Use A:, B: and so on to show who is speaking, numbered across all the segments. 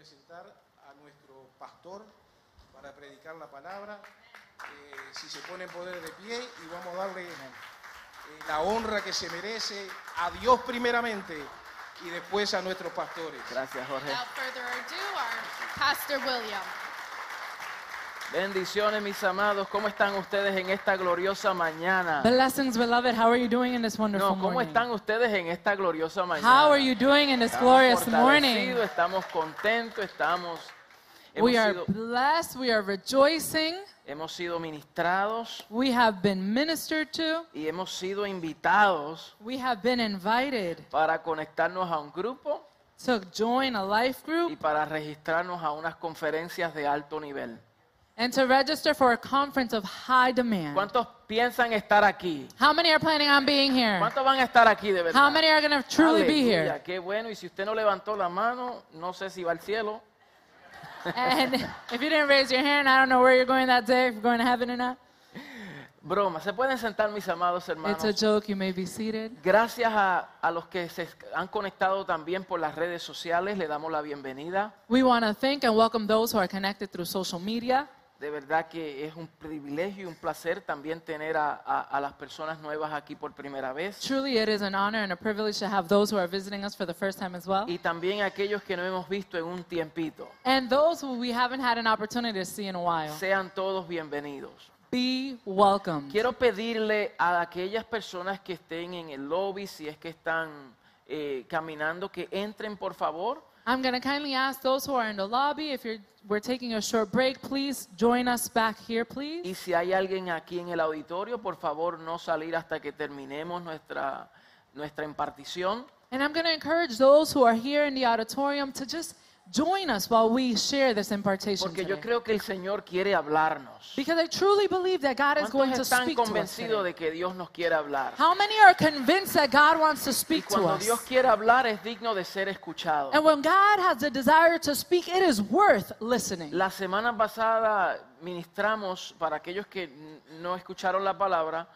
A: estar a nuestro pastor para predicar la palabra. Eh, si se pone en poder de pie y vamos a darle eh, la honra que se merece a Dios primeramente y después a nuestros pastores.
B: Gracias, Jorge.
C: Without further ado, our Pastor William.
B: Bendiciones, mis amados. ¿Cómo están ustedes en esta gloriosa mañana?
D: Blessings, beloved. How are you doing in this wonderful
B: No, ¿cómo
D: morning?
B: están ustedes en esta gloriosa mañana?
D: How are you doing in this glorious
B: estamos
D: morning?
B: fortalecidos, estamos contentos, estamos hemos,
D: We are
B: sido,
D: blessed. We are rejoicing.
B: hemos sido ministrados
D: We have been ministered to.
B: y hemos sido invitados
D: We have been invited
B: para conectarnos a un grupo
D: to join a life
B: y
D: group
B: para registrarnos a unas conferencias de alto nivel.
D: and to register for a conference of high demand.
B: ¿Cuántos piensan estar aquí?
D: How many are planning on being here?
B: ¿Cuántos van a estar aquí de verdad?
D: How many are going to truly be
B: Aleluya,
D: here?
B: Qué bueno, y si usted no levantó la mano, no sé si va al cielo.
D: And if you didn't raise your hand, I don't know where you're going that day, if you're going to heaven or not.
B: Broma, se pueden sentar mis amados
D: It's a
B: hermanos.
D: joke. You may be seated.
B: Gracias a, a los que se han conectado también por las redes sociales, le damos la bienvenida.
D: We want to thank and welcome those who are connected through social media.
B: De verdad que es un privilegio y un placer también tener a, a- a las personas nuevas aquí por primera vez.
D: Truly, it is an honor and a privilege to have those who are visiting us for the first time as well.
B: Y también a aquellos que no hemos visto en un tiempito.
D: And those who we haven't had an opportunity to see in a while.
B: Sean todos bienvenidos.
D: Be welcomed.
B: Quiero pedirle a aquellas personas que estén en el lobby, si es que están eh, caminando, que entren por favor.
D: I'm going to kindly ask those who are in the lobby if you're, we're taking a short break, please join us back here, please.
B: Y si hay alguien aquí en el auditorio, por favor no salir hasta que terminemos nuestra, nuestra impartición.
D: And I'm going to encourage those who are here in the auditorium to just join us while we share this impartation.
B: Porque yo
D: Today.
B: creo que el Señor quiere hablarnos.
D: Because I truly believe that God is going
B: ¿Cuántos
D: to
B: están
D: speak to us.
B: convencidos
D: today.
B: de que Dios nos quiere hablar?
D: How many are convinced that God wants to
B: Y
D: speak to
B: cuando
D: us?
B: Dios quiere hablar es digno de ser escuchado.
D: And when God has a desire to speak, it is worth listening.
B: La semana pasada ministramos, para aquellos que n- no escucharon la palabra,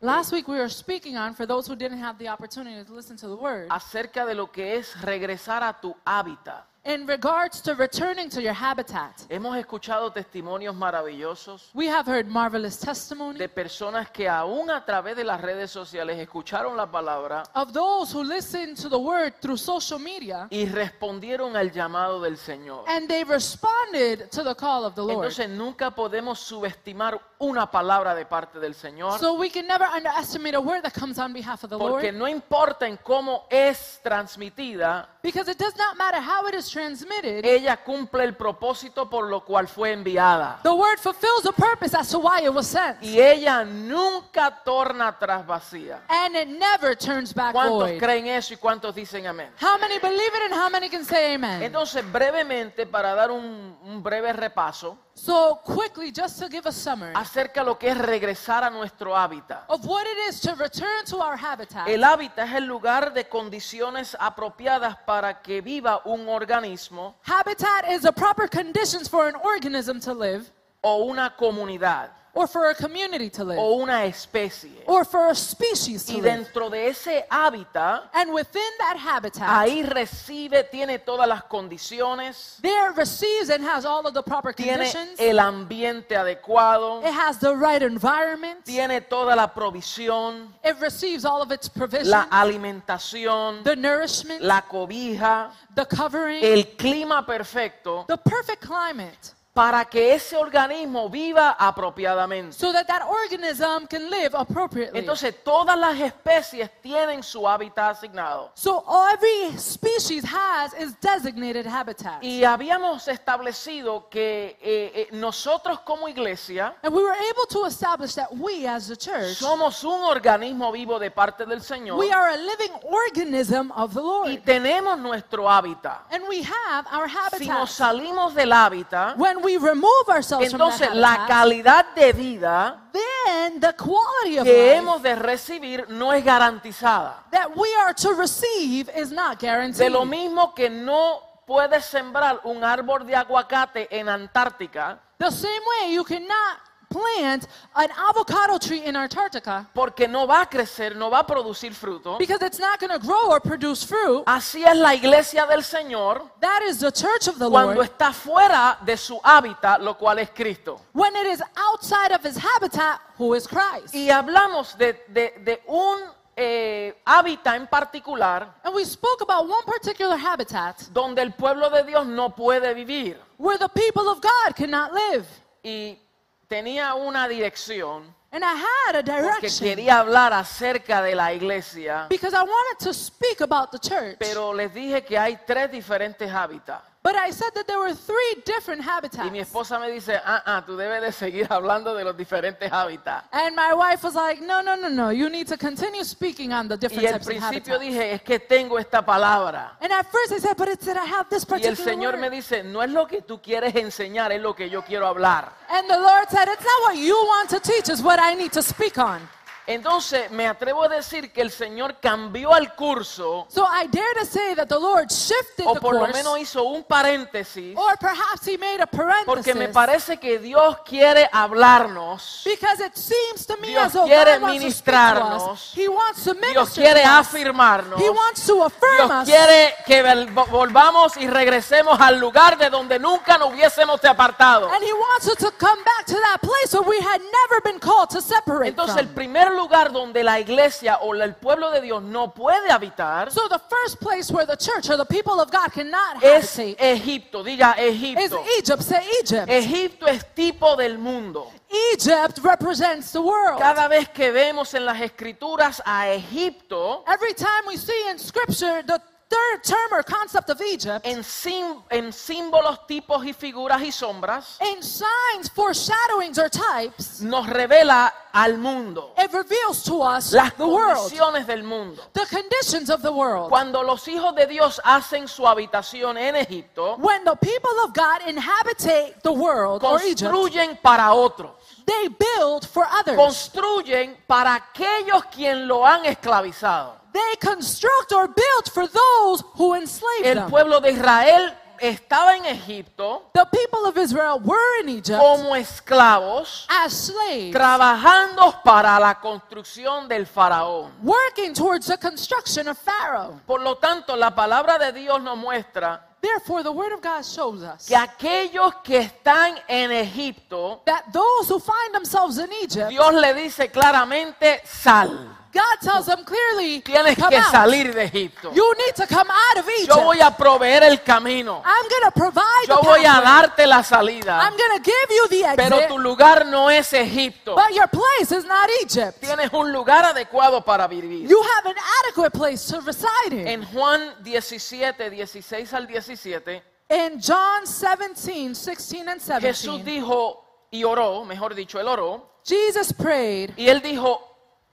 D: Last week we were speaking on, for those who didn't have the opportunity to listen to the word,
B: acerca de lo que es regresar a tu hábitat.
D: in regards to returning to your habitat.
B: Hemos escuchado testimonios maravillosos
D: We have heard marvelous testimony
B: de personas que aún a través de las redes sociales escucharon la palabra
D: of those who listened to the word through social media
B: y respondieron al llamado del Señor.
D: and they responded to the call of the Lord.
B: Entonces nunca podemos subestimar una palabra de parte del Señor
D: So we can never underestimate a word that comes on behalf of the
B: porque
D: Lord
B: no importa en cómo es transmitida,
D: because it does not matter how it is transmitted,
B: ella cumple el propósito por lo cual fue enviada.
D: the word fulfills the purpose as to why it was sent.
B: Y ella nunca torna atrás vacía.
D: And it never turns back
B: ¿Cuántos
D: void.
B: creen eso y cuántos dicen amén?
D: How many believe it and how many can say amen?
B: Entonces, brevemente, para dar un, un breve repaso
D: So quickly, just to give a summary
B: acerca de lo que es regresar a nuestro hábitat.
D: of what it is to return to our habitat.
B: El hábitat es el lugar de condiciones apropiadas para que viva un organismo
D: Habitat is the proper conditions for an organism to live,
B: o una comunidad
D: or for a community to live,
B: o una especie.
D: or for a species to
B: Y
D: live.
B: dentro de ese hábitat,
D: And within that habitat,
B: ahí recibe, tiene todas las condiciones,
D: there receives and has all of the proper
B: tiene
D: conditions. It
B: el ambiente adecuado,
D: has the right environment.
B: tiene toda la provisión,
D: It receives all of its provision,
B: la alimentación,
D: the nourishment,
B: la cobija,
D: the covering,
B: el clima perfecto
D: the perfect climate.
B: para que ese organismo viva apropiadamente.
D: so that that organism can live appropriately.
B: Entonces, todas las especies tienen su hábitat asignado.
D: so every species has its designated habitat.
B: Y habíamos establecido que eh, eh, nosotros como iglesia
D: and we were able to establish that we as the church,
B: somos un organismo vivo de parte del Señor
D: we are a living organism of the Lord.
B: y tenemos nuestro hábitat.
D: and we have our
B: Si
D: habitat.
B: nos salimos del hábitat,
D: when we remove ourselves
B: entonces
D: from that
B: la
D: habitat,
B: calidad de vida
D: then the quality of
B: que
D: life
B: hemos de recibir no es garantizada.
D: that we are to receive is not
B: De
D: guaranteed.
B: lo mismo que no puedes sembrar un árbol de aguacate en Antártica,
D: the same way you cannot plant an avocado tree in Antarctica
B: porque no va a crecer, no va a producir fruto.
D: because it's not going to grow or produce fruit.
B: Así es la iglesia del Señor
D: That is the church of the
B: cuando
D: Lord.
B: está fuera de su hábitat, lo cual es Cristo.
D: When it is outside of his habitat, who is Christ?
B: Y hablamos de, de- de un eh, hábitat en particular
D: And we spoke about one particular habitat
B: donde el pueblo de Dios no puede vivir.
D: where the people of God cannot live.
B: Y tenía una dirección
D: And I had a
B: porque
D: direction
B: quería hablar acerca de la iglesia,
D: because I wanted to speak about the church.
B: pero les dije que hay tres diferentes hábitats.
D: But I said that there were three different
B: Y mi
D: habitats.
B: esposa me dice, ah, ah, tú debes de seguir hablando de los diferentes hábitats.
D: And my wife was like, no, no, no, no. You need to continue speaking on the
B: Y
D: different
B: al
D: types of
B: principio
D: habitats.
B: dije, es que tengo esta palabra.
D: And at first I said, but it said I have this
B: Y el
D: particular
B: Señor
D: word."
B: me dice, no es lo que tú quieres enseñar, es lo que yo quiero hablar.
D: And the Lord said, it's not what you want to teach, it's what I need to speak on.
B: Entonces me atrevo a decir que el Señor cambió el curso,
D: So I dare to say that the Lord shifted
B: o
D: the
B: por lo
D: course,
B: menos hizo un paréntesis,
D: or perhaps He made a parenthesis.
B: porque me parece que Dios quiere hablarnos,
D: because it seems to me
B: Dios
D: as though
B: quiere
D: God wants to speak to us.
B: ministrarnos.
D: He wants to minister
B: Dios quiere
D: to us.
B: afirmarnos,
D: He wants to affirm
B: Dios
D: us.
B: quiere que vel- vo- volvamos y regresemos al lugar de donde nunca nos hubiésemos apartado.
D: And He wants us to come back to that place where we had never been called to separate
B: Entonces el
D: from.
B: primer lugar donde la iglesia o la- el pueblo de Dios no puede habitar
D: So the first place where the church or the people of God cannot
B: es
D: habitate
B: Egipto, diga
D: is
B: Egipto.
D: Egypt. Say Egypt.
B: Egipto es tipo del mundo.
D: Egypt represents the world.
B: Cada vez que vemos en las escrituras a Egipto,
D: Every time we see in scripture the third term or concept of Egypt,
B: en, sim- en símbolos, tipos y figuras y sombras,
D: in signs, foreshadowings, or types,
B: nos revela al mundo,
D: it reveals to us
B: las
D: the world,
B: condiciones del mundo.
D: the conditions of the world.
B: Cuando los hijos de Dios hacen su habitación en Egipto,
D: When the people of God inhabitate the world or Egypt,
B: construyen para otros.
D: they build for others.
B: construyen para aquellos quien lo han esclavizado.
D: They construct or build for those who enslave
B: El
D: them.
B: pueblo de Israel estaba en Egipto
D: The people of Israel were in Egypt
B: como esclavos,
D: as slaves,
B: trabajando para la construcción del faraón.
D: working towards the construction of Pharaoh.
B: Por lo tanto, la palabra de Dios nos muestra
D: Therefore, the word of God shows us.
B: que aquellos que están en Egipto,
D: that those who find themselves in Egypt,
B: Dios le dice claramente, sal.
D: God tells them clearly,
B: Tienes
D: come
B: que
D: out.
B: salir de Egipto.
D: You need to come out of Egypt.
B: Yo voy a proveer el camino.
D: I'm going to provide
B: Yo
D: the
B: voy a
D: pathway.
B: darte la salida.
D: I'm going to give you the exit.
B: Pero tu lugar no es Egipto.
D: But your place is not Egypt.
B: Tienes un lugar adecuado para vivir.
D: You have an adequate place to reside in.
B: En Juan 17, 16 al 17,
D: in John 17, 16 and 17,
B: Jesús dijo y oró, mejor dicho, él oró,
D: Jesus prayed.
B: y él dijo,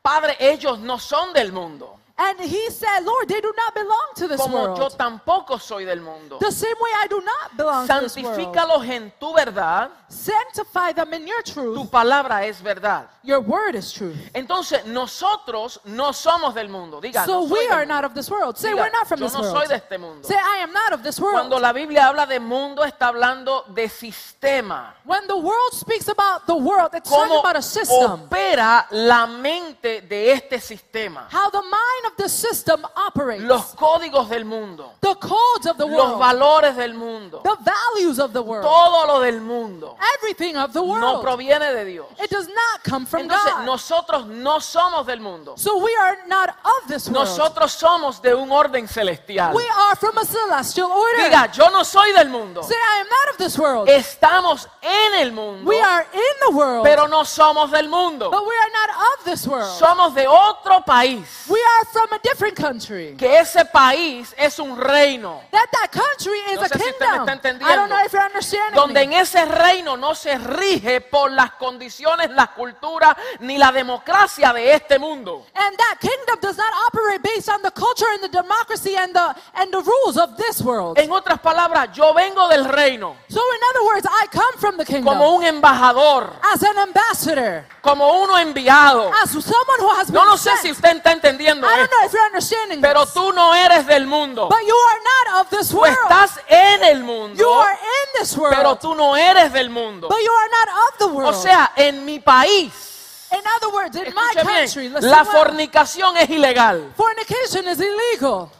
B: Padre, ellos no son del mundo,
D: And he said, Lord, they do not belong to this
B: como
D: world.
B: yo tampoco soy del mundo.
D: the same way I do not belong to this world.
B: Santifícalos en tu verdad,
D: Sanctify them in your
B: tu
D: truth.
B: palabra es verdad.
D: Your word is truth.
B: Entonces, nosotros no somos del mundo. Diga,
D: So
B: no soy
D: we
B: del
D: are
B: mundo.
D: not of this world. Say,
B: Diga,
D: we're not from
B: yo
D: this
B: no
D: world.
B: soy de este mundo.
D: Say, I am not of this world.
B: Cuando la Biblia habla de mundo, está hablando de sistema.
D: when the world speaks about the world, it's talking
B: cómo
D: about a system.
B: opera la mente de este sistema,
D: How the mind of the system operates.
B: los códigos del mundo,
D: the codes of the
B: los
D: world.
B: valores del mundo,
D: the values of the world.
B: todo lo del mundo
D: everything of the
B: no
D: world.
B: proviene de Dios.
D: it does not come from
B: Entonces
D: God.
B: nosotros no somos del mundo,
D: so we are not of this world.
B: nosotros somos de un orden celestial.
D: we are from a celestial order.
B: Diga, yo no soy del mundo,
D: Say, I am not of this world.
B: estamos en el mundo,
D: we are in the world,
B: pero no somos del mundo,
D: but we are not of this world.
B: somos de otro país,
D: we are from a different country.
B: que ese país es un reino.
D: that that country is
B: No
D: a
B: sé si usted me
D: kingdom.
B: está entendiendo.
D: I don't know if you're understanding
B: donde
D: me.
B: en e- ese reino no se rige por las condiciones, las culturas ni la democracia de este mundo.
D: And that kingdom does not operate based on the culture and the democracy and the and the rules of this world.
B: En otras palabras, yo vengo del reino
D: So in other words, I come from the kingdom
B: como un embajador,
D: as an ambassador,
B: como uno enviado.
D: as someone who has
B: No
D: been
B: lo sé
D: sent.
B: si usted está entendiendo
D: I don't
B: esto,
D: know if you're understanding
B: pero
D: this,
B: tú no eres del mundo.
D: but you are not of this
B: Tú
D: world.
B: estás en el
D: You
B: mundo,
D: are in this
B: pero
D: world,
B: tú no eres del mundo.
D: but you are not of the world.
B: O sea, en mi país,
D: In other words, in my
B: escuche
D: country,
B: bien,
D: listen
B: la
D: well,
B: fornicación es ilegal.
D: fornication is illegal.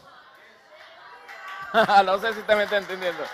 B: no sé si usted me está entendiendo.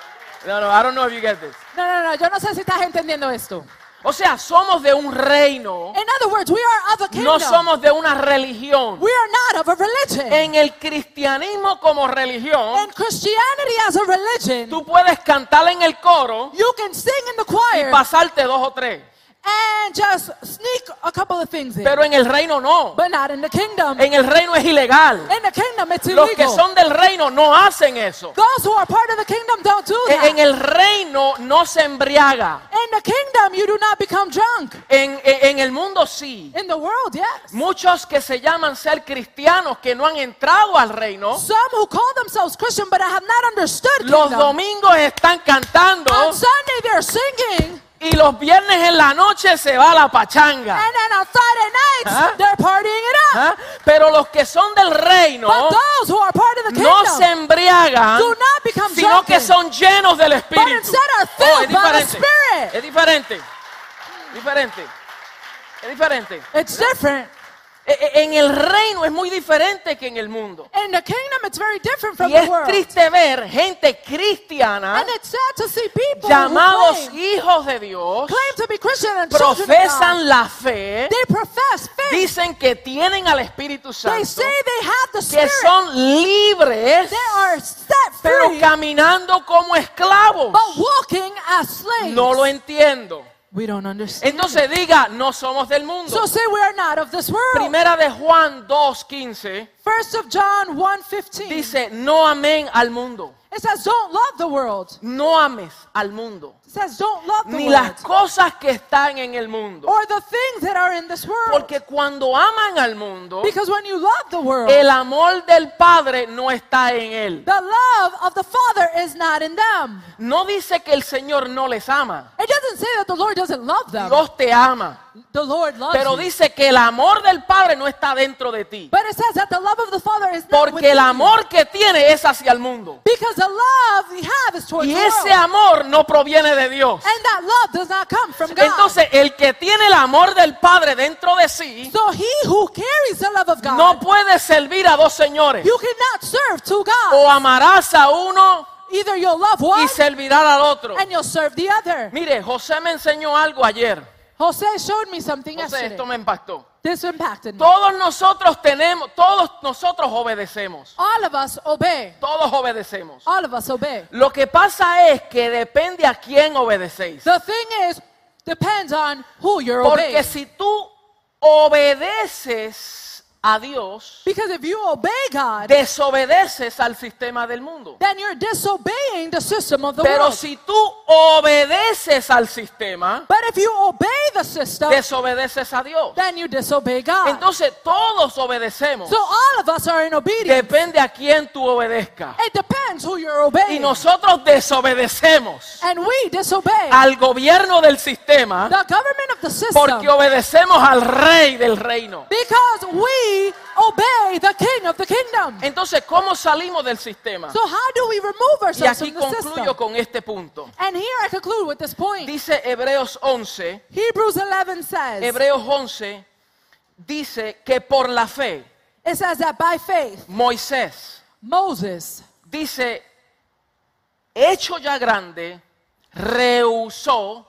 B: No, no, I don't know if you get this.
D: No, no, no, yo no sé si estás entendiendo esto.
B: O sea, somos de un reino,
D: In other words, we are of a
B: no
D: kingdom.
B: somos de una religión.
D: we are not of a religion.
B: En el cristianismo como religión,
D: In Christianity as a religion,
B: tú puedes cantar en el coro
D: you can sing in
B: y
D: the choir
B: pasarte dos o tres,
D: and just sneak a couple of things in,
B: pero en el reino no.
D: but not in the kingdom.
B: En el reino es ilegal.
D: in the kingdom, it's
B: Los que
D: illegal.
B: son del reino no hacen eso.
D: Those who are part of the kingdom don't do that.
B: En el reino no se embriaga.
D: in the kingdom, you do not become drunk.
B: En, en- en el mundo sí.
D: In the world, yes.
B: Muchos que se llaman ser cristianos que no han entrado al reino,
D: Some who call themselves Christian but have not understood
B: los
D: kingdom.
B: domingos están cantando
D: On Sunday they're singing,
B: y los viernes en la noche se va la pachanga.
D: and then on Friday
B: Huh?
D: nights they're partying it up.
B: ¿Ah? Pero los que son del reino
D: But those who are part of the
B: no
D: kingdom
B: se embriagan,
D: do not become
B: sino que
D: drunken,
B: son llenos del
D: but
B: Espíritu.
D: instead
B: Oh,
D: are
B: es
D: filled by the
B: diferente.
D: Spirit.
B: Es diferente. Diferente. Es diferente.
D: It's different.
B: E- e- En el reino es muy diferente que en el mundo.
D: In the kingdom, it's very different from
B: Y es
D: the world.
B: triste ver gente cristiana
D: And it's sad to see people who
B: llamados
D: claim,
B: hijos de Dios,
D: claim to be Christian and children of God.
B: profesan la fe,
D: They profess faith.
B: dicen que tienen al Espíritu
D: They
B: Santo,
D: say they have the
B: que
D: Spirit.
B: son libres,
D: They are set
B: pero
D: free,
B: caminando como esclavos.
D: but walking as slaves.
B: No lo entiendo.
D: we don't understand.
B: Entonces diga, no somos del mundo.
D: So say we are not of this world.
B: Primera de Juan 2.15
D: First of John 1.15.
B: dice, no amén al mundo.
D: It says, don't love the world.
B: No ames al mundo.
D: It says, don't love the
B: Ni
D: world.
B: las cosas que están en el mundo.
D: Or the things that are in this world.
B: Porque cuando aman al mundo,
D: Because when you love the world,
B: el amor del Padre no está en él.
D: the love of the Father is not in them.
B: No dice que el Señor no les ama.
D: It doesn't say that the Lord doesn't love them.
B: Dios te ama.
D: The Lord loves
B: Pero
D: you.
B: dice que el amor del Padre no está dentro de ti.
D: But it says that the love of the Father is not
B: Porque
D: within
B: el
D: you.
B: amor que tiene es hacia el mundo.
D: Because the love we have is towards
B: Y
D: the
B: ese
D: world.
B: amor no proviene de Dios.
D: And that love does not come from God.
B: Entonces, el que tiene el amor del Padre dentro de sí,
D: so he who carries the love of God,
B: no puede servir a dos señores.
D: you cannot serve two gods.
B: O amarás a uno
D: Either you'll love
B: Oh, y
D: one
B: servirás al otro.
D: and you'll serve the other.
B: Mire, José me enseñó algo ayer.
D: Jose showed me something
B: José,
D: yesterday.
B: esto me impactó.
D: This impacted me.
B: Todos nosotros tenemos, todos nosotros obedecemos.
D: All of us obey.
B: Todos obedecemos.
D: All of us obey.
B: Lo que pasa es que depende a quién obedecéis.
D: The thing is, depends on who you're
B: Porque
D: obeying.
B: si tú obedeces a Dios,
D: Because if you obey God,
B: desobedeces al sistema del mundo.
D: then you're disobeying the system of the
B: Pero
D: world.
B: si tú obedeces al sistema,
D: But if you obey the system,
B: desobedeces a Dios.
D: then you disobey God.
B: Entonces todos obedecemos.
D: So all of us are in obedience.
B: Depende a quién tú obedezcas.
D: It depends who you're
B: Y
D: obeying.
B: nosotros desobedecemos
D: And we disobey
B: al gobierno del sistema
D: the government of the system
B: porque obedecemos al rey del reino.
D: because we obey the king of the kingdom.
B: Entonces, ¿cómo salimos del sistema?
D: So how do we remove
B: Y
D: ourselves
B: aquí
D: from the system?
B: concluyo con este punto.
D: And here I conclude with this point.
B: Dice Hebreos 11,
D: Hebrews 11 says,
B: Hebreos 11 dice que por la fe
D: it says that by faith,
B: Moisés
D: Moses,
B: dice, hecho ya grande, rehusó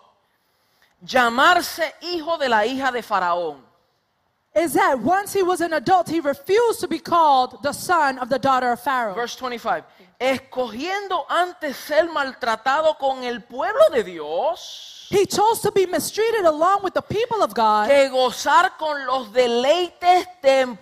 B: llamarse hijo de la hija de Faraón,
D: is that once he was an adult, he refused to be called the son of the daughter of Pharaoh.
B: verse 25, escogiendo antes ser maltratado con el pueblo de Dios
D: He chose to be mistreated along with the people of God
B: que gozar con los deleites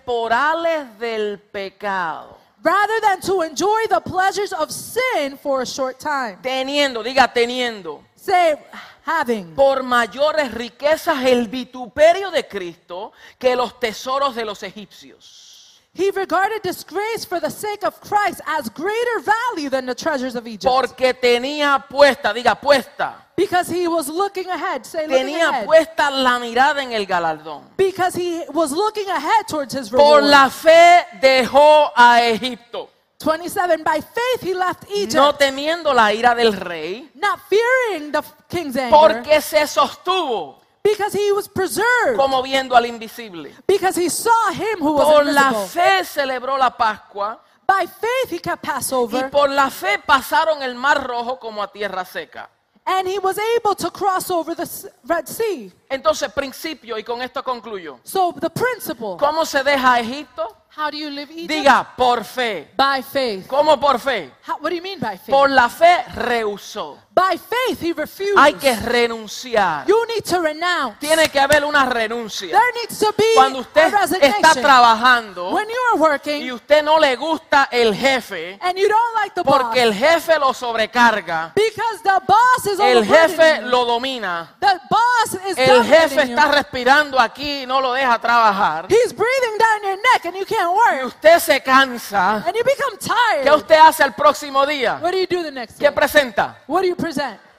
B: temporales del pecado.
D: rather than to enjoy the pleasures of sin for a short time.
B: Teniendo, diga teniendo,
D: Say, having
B: por mayores riquezas el vituperio de Cristo que los tesoros de los egipcios.
D: He regarded disgrace for the sake of Christ as greater value than the treasures of Egypt.
B: Porque tenía puesta, diga puesta,
D: because he was looking ahead. Say, looking
B: tenía
D: ahead.
B: puesta la mirada en el galardón.
D: Because he was looking ahead towards his
B: Por
D: reward.
B: la fe dejó a Egipto
D: 27. By faith he left Egypt,
B: no temiendo la ira del rey,
D: not fearing the king's anger,
B: porque se sostuvo
D: because he was preserved,
B: como viendo al invisible.
D: because he saw him who was
B: Por la
D: invisible.
B: fe celebró la Pascua
D: By faith he kept
B: y
D: Passover,
B: por la fe pasaron el mar rojo como a tierra seca.
D: and he was able to cross over the s- Red Sea.
B: Entonces, principio, y con esto concluyo.
D: So the principle,
B: ¿Cómo se deja a Egipto?
E: How do you live Egypt?
B: Diga, por fe.
E: By faith.
B: ¿Cómo por fe?
D: how- what do you mean by faith?
B: Por la fe rehusó.
D: by faith he refused.
B: Hay que renunciar.
D: you need to renounce.
B: Tiene que haber una renuncia.
D: There needs to be
B: Cuando
D: a
B: usted está
D: resignation.
B: trabajando
D: When you are working
B: y usted no le gusta el jefe,
D: and you don't like the boss,
B: porque el jefe lo sobrecarga,
D: because the boss is
B: el
D: overburdening
B: jefe
D: you.
B: lo domina,
D: the boss is
B: el
D: dominating
B: jefe
D: you.
B: está respirando aquí y no lo deja trabajar,
D: He's breathing down your neck and you can't
B: y
D: work.
B: usted se cansa,
D: And you become tired.
B: ¿qué usted hace el próximo día?
D: What do you do the next
B: ¿Qué
D: day?
B: presenta?
D: What do you present?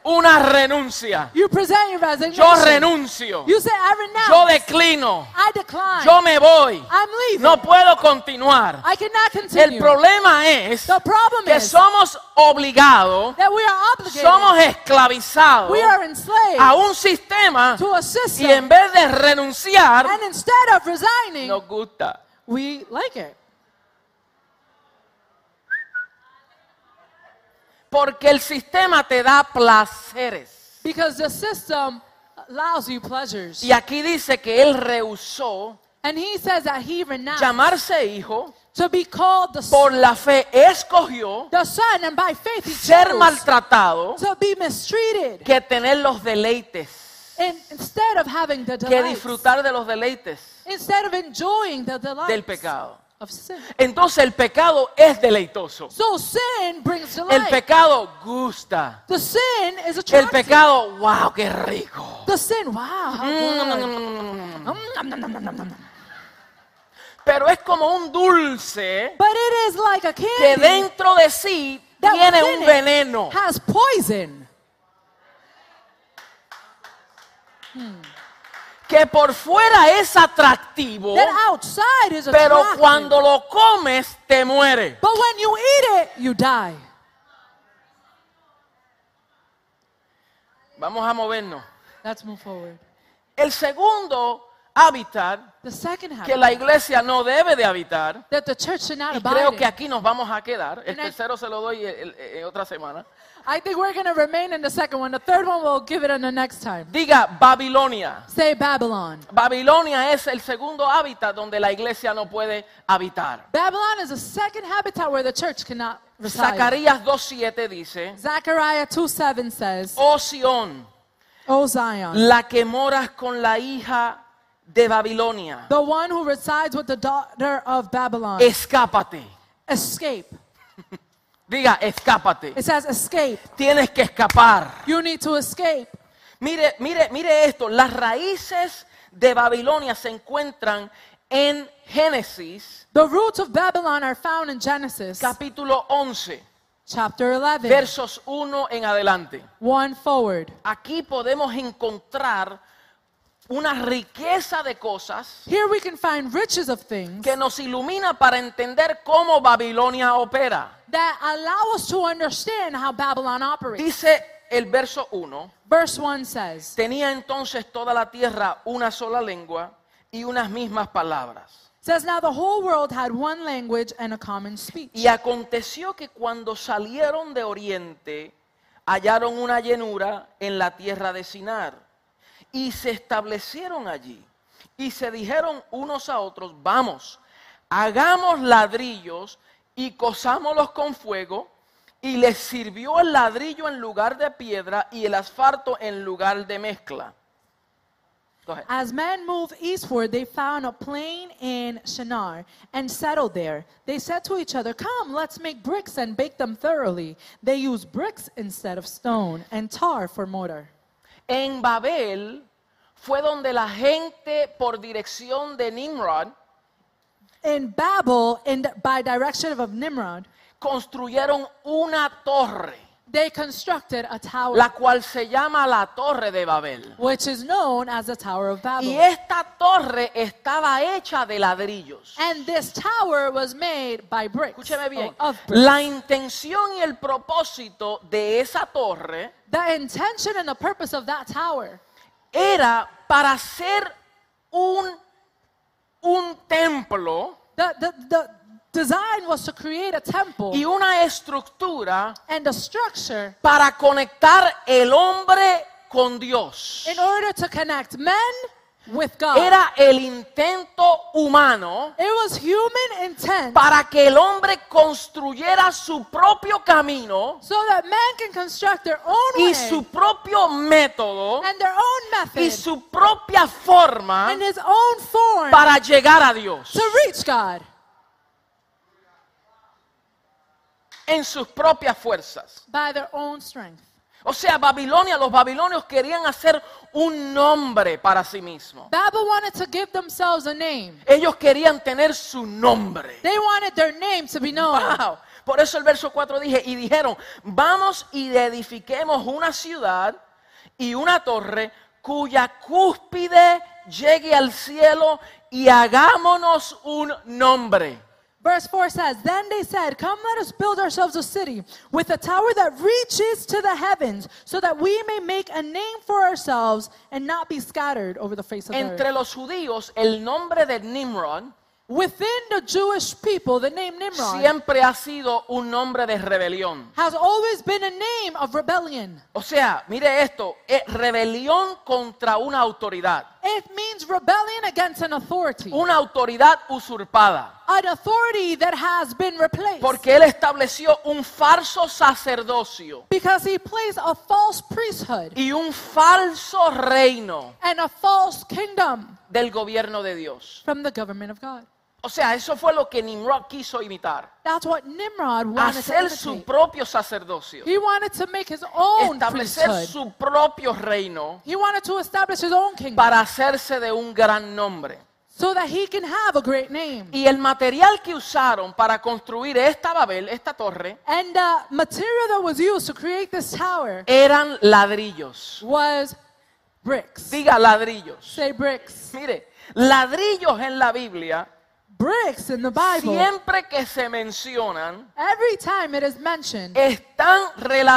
B: Una renuncia.
D: You present your resignation.
B: Yo renuncio,
D: You say, I renounce.
B: yo declino,
D: I decline.
B: yo me voy,
D: I'm leaving.
B: no puedo continuar.
D: I cannot continue.
B: El problema es
D: the problem
B: que
D: is
B: somos obligados,
D: that we are obligated.
B: somos esclavizados
D: we are enslaved
B: a un sistema
D: to a
B: y
D: system.
B: en vez de renunciar,
D: and instead of resigning,
B: nos gusta.
D: we like it.
B: Porque el sistema te da placeres.
D: Because the system allows you pleasures.
B: Y aquí dice que él rehusó
D: And he says that he renounced
B: llamarse hijo,
D: to be called the,
B: por la fe escogió
D: the son, and by faith he
B: ser
D: chose
B: maltratado
D: to be mistreated
B: que tener los deleites,
D: and instead of having the
B: que
D: delights,
B: disfrutar de los deleites
D: instead of enjoying the delights
B: del pecado.
D: of sin.
B: Entonces el pecado es deleitoso.
D: So sin brings
B: El
D: delight.
B: pecado gusta.
D: the sin is
B: El
D: attractive.
B: pecado, Mm, wow, qué rico.
D: the sin, wow, how good.
B: Pero es como un dulce
D: But it is like a
B: que
D: candy
B: dentro de sí
D: that
B: tiene
D: within
B: un
D: it
B: veneno.
D: has poison.
B: que por fuera es atractivo,
D: That outside is
B: Oh. pero
D: attractive.
B: cuando lo comes te muere.
D: But when you eat it, you die.
B: Vamos a movernos.
D: Let's move forward.
B: El segundo hábitat
D: The second
B: que
D: habit
B: la iglesia no debe de habitar,
D: that the church should not
B: y
D: abide
B: creo que
D: in.
B: aquí nos vamos a quedar, el
D: And I-
B: tercero se lo doy el- el- en otra semana,
D: I think we're going to remain in the second one. The third one we'll give it on the next time.
B: diga Babilonia.
D: Say Babylon.
B: Babilonia es el segundo hábitat donde la iglesia no puede habitar.
D: Babylon is a second habitat where the church cannot reside.
B: Zacarías 2.7 dice,
D: Zechariah 2 7 says,
B: Oh Sión,
D: O Zion,
B: la que moras con la hija de Babilonia,
D: the one who resides with the daughter of Babylon,
B: escápate.
D: escape.
B: Diga, escápate.
D: It says, escape.
B: Tienes que escapar.
D: You need to escape.
B: Mire, mire, mire esto. Las raíces de Babilonia se encuentran en Génesis
D: The roots of Babylon are found in Genesis
B: capítulo 11,
D: chapter 11,
B: versos 1 en adelante.
D: 1 forward.
B: Aquí podemos encontrar una riqueza de cosas
D: Here we can find riches of things
B: que nos ilumina para entender cómo Babilonia opera.
D: that allow us to understand how Babylon operates.
B: Dice el verso 1,
D: Verse 1 says,
B: tenía entonces toda la tierra una sola lengua y unas mismas palabras.
D: says now the whole world had one language and a common speech.
B: Y aconteció que cuando salieron de oriente, hallaron una llanura en la tierra de Sinar. Y se establecieron allí. Y se dijeron unos a otros, vamos, hagamos ladrillos y cosámoslos con fuego. Y les sirvió el ladrillo en lugar de piedra y el asfalto en lugar de mezcla. Go ahead.
D: As men moved eastward, they found a plain in Shinar and settled there. They said to each other, Come, let's make bricks and bake them thoroughly. They used bricks instead of stone and tar for mortar.
B: En Babel fue donde la gente por dirección de Nimrod
D: In Babel, in, by direction of Nimrod,
B: construyeron una torre
D: they constructed a tower,
B: la cual se llama la Torre de Babel.
D: which is known as the Tower of Babel.
B: Y esta torre estaba hecha de ladrillos.
D: And this tower was made by bricks.
B: Escúcheme bien.
D: or Oh, of bricks.
B: La intención y el propósito de esa torre
D: The intention and the purpose of that tower
B: era para hacer un, un templo
D: The, the, the design was to create a temple
B: y una estructura
D: and a structure
B: para conectar el hombre con Dios.
D: in order to connect men with God.
B: Era el intento humano
D: it was human intent
B: para que el hombre construyera su propio camino
D: so that men can construct their own way
B: y su propio método
D: and their own
B: y
D: method
B: su propia forma
D: and his own form
B: para llegar a Dios
D: to reach God
B: en sus propias fuerzas.
D: by their own strength.
B: O sea, Babilonia, los babilonios querían hacer un nombre para sí mismos.
D: Babel wanted to give themselves a name.
B: Ellos querían tener su nombre.
D: They wanted their name to be known.
B: Wow. Por eso el verso 4 dije, y dijeron, vamos y edifiquemos una ciudad y una torre cuya cúspide llegue al cielo y hagámonos un nombre.
D: Verse 4 says, Then they said, Come, let us build ourselves a city with a tower that reaches to the heavens, so that we may make a name for ourselves and not be scattered over the face of the
B: Entre
D: earth.
B: los judíos, el nombre de Nimrod
D: Within the Jewish people, the name Nimrod
B: siempre ha sido un nombre de rebelión.
D: has always been a name of rebellion.
B: O sea, mire esto, eh, rebelión contra una autoridad,
D: It means rebellion against an authority,
B: una autoridad usurpada.
D: an authority that has been replaced.
B: Porque él estableció un falso sacerdocio
D: Because he plays a false priesthood
B: y un falso reino
D: and a false kingdom
B: del gobierno de Dios.
D: from the government of God.
B: O sea, eso fue lo que Nimrod quiso imitar.
D: That's what Nimrod wanted to
B: Hacer su
D: imitate.
B: propio sacerdocio.
D: He wanted to make his own
B: Establecer
D: priesthood.
B: su propio reino
D: He wanted to establish his own kingdom
B: para hacerse de un gran nombre.
D: so that he can have a great name.
B: Y el material que usaron para construir esta Babel, esta torre,
D: And the material that was used to create this tower
B: eran ladrillos.
D: was bricks.
B: Diga ladrillos.
D: Say bricks.
B: Mire, ladrillos en la Biblia
D: Bricks in the Bible,
B: siempre que se mencionan,
D: every time it is mentioned,
B: están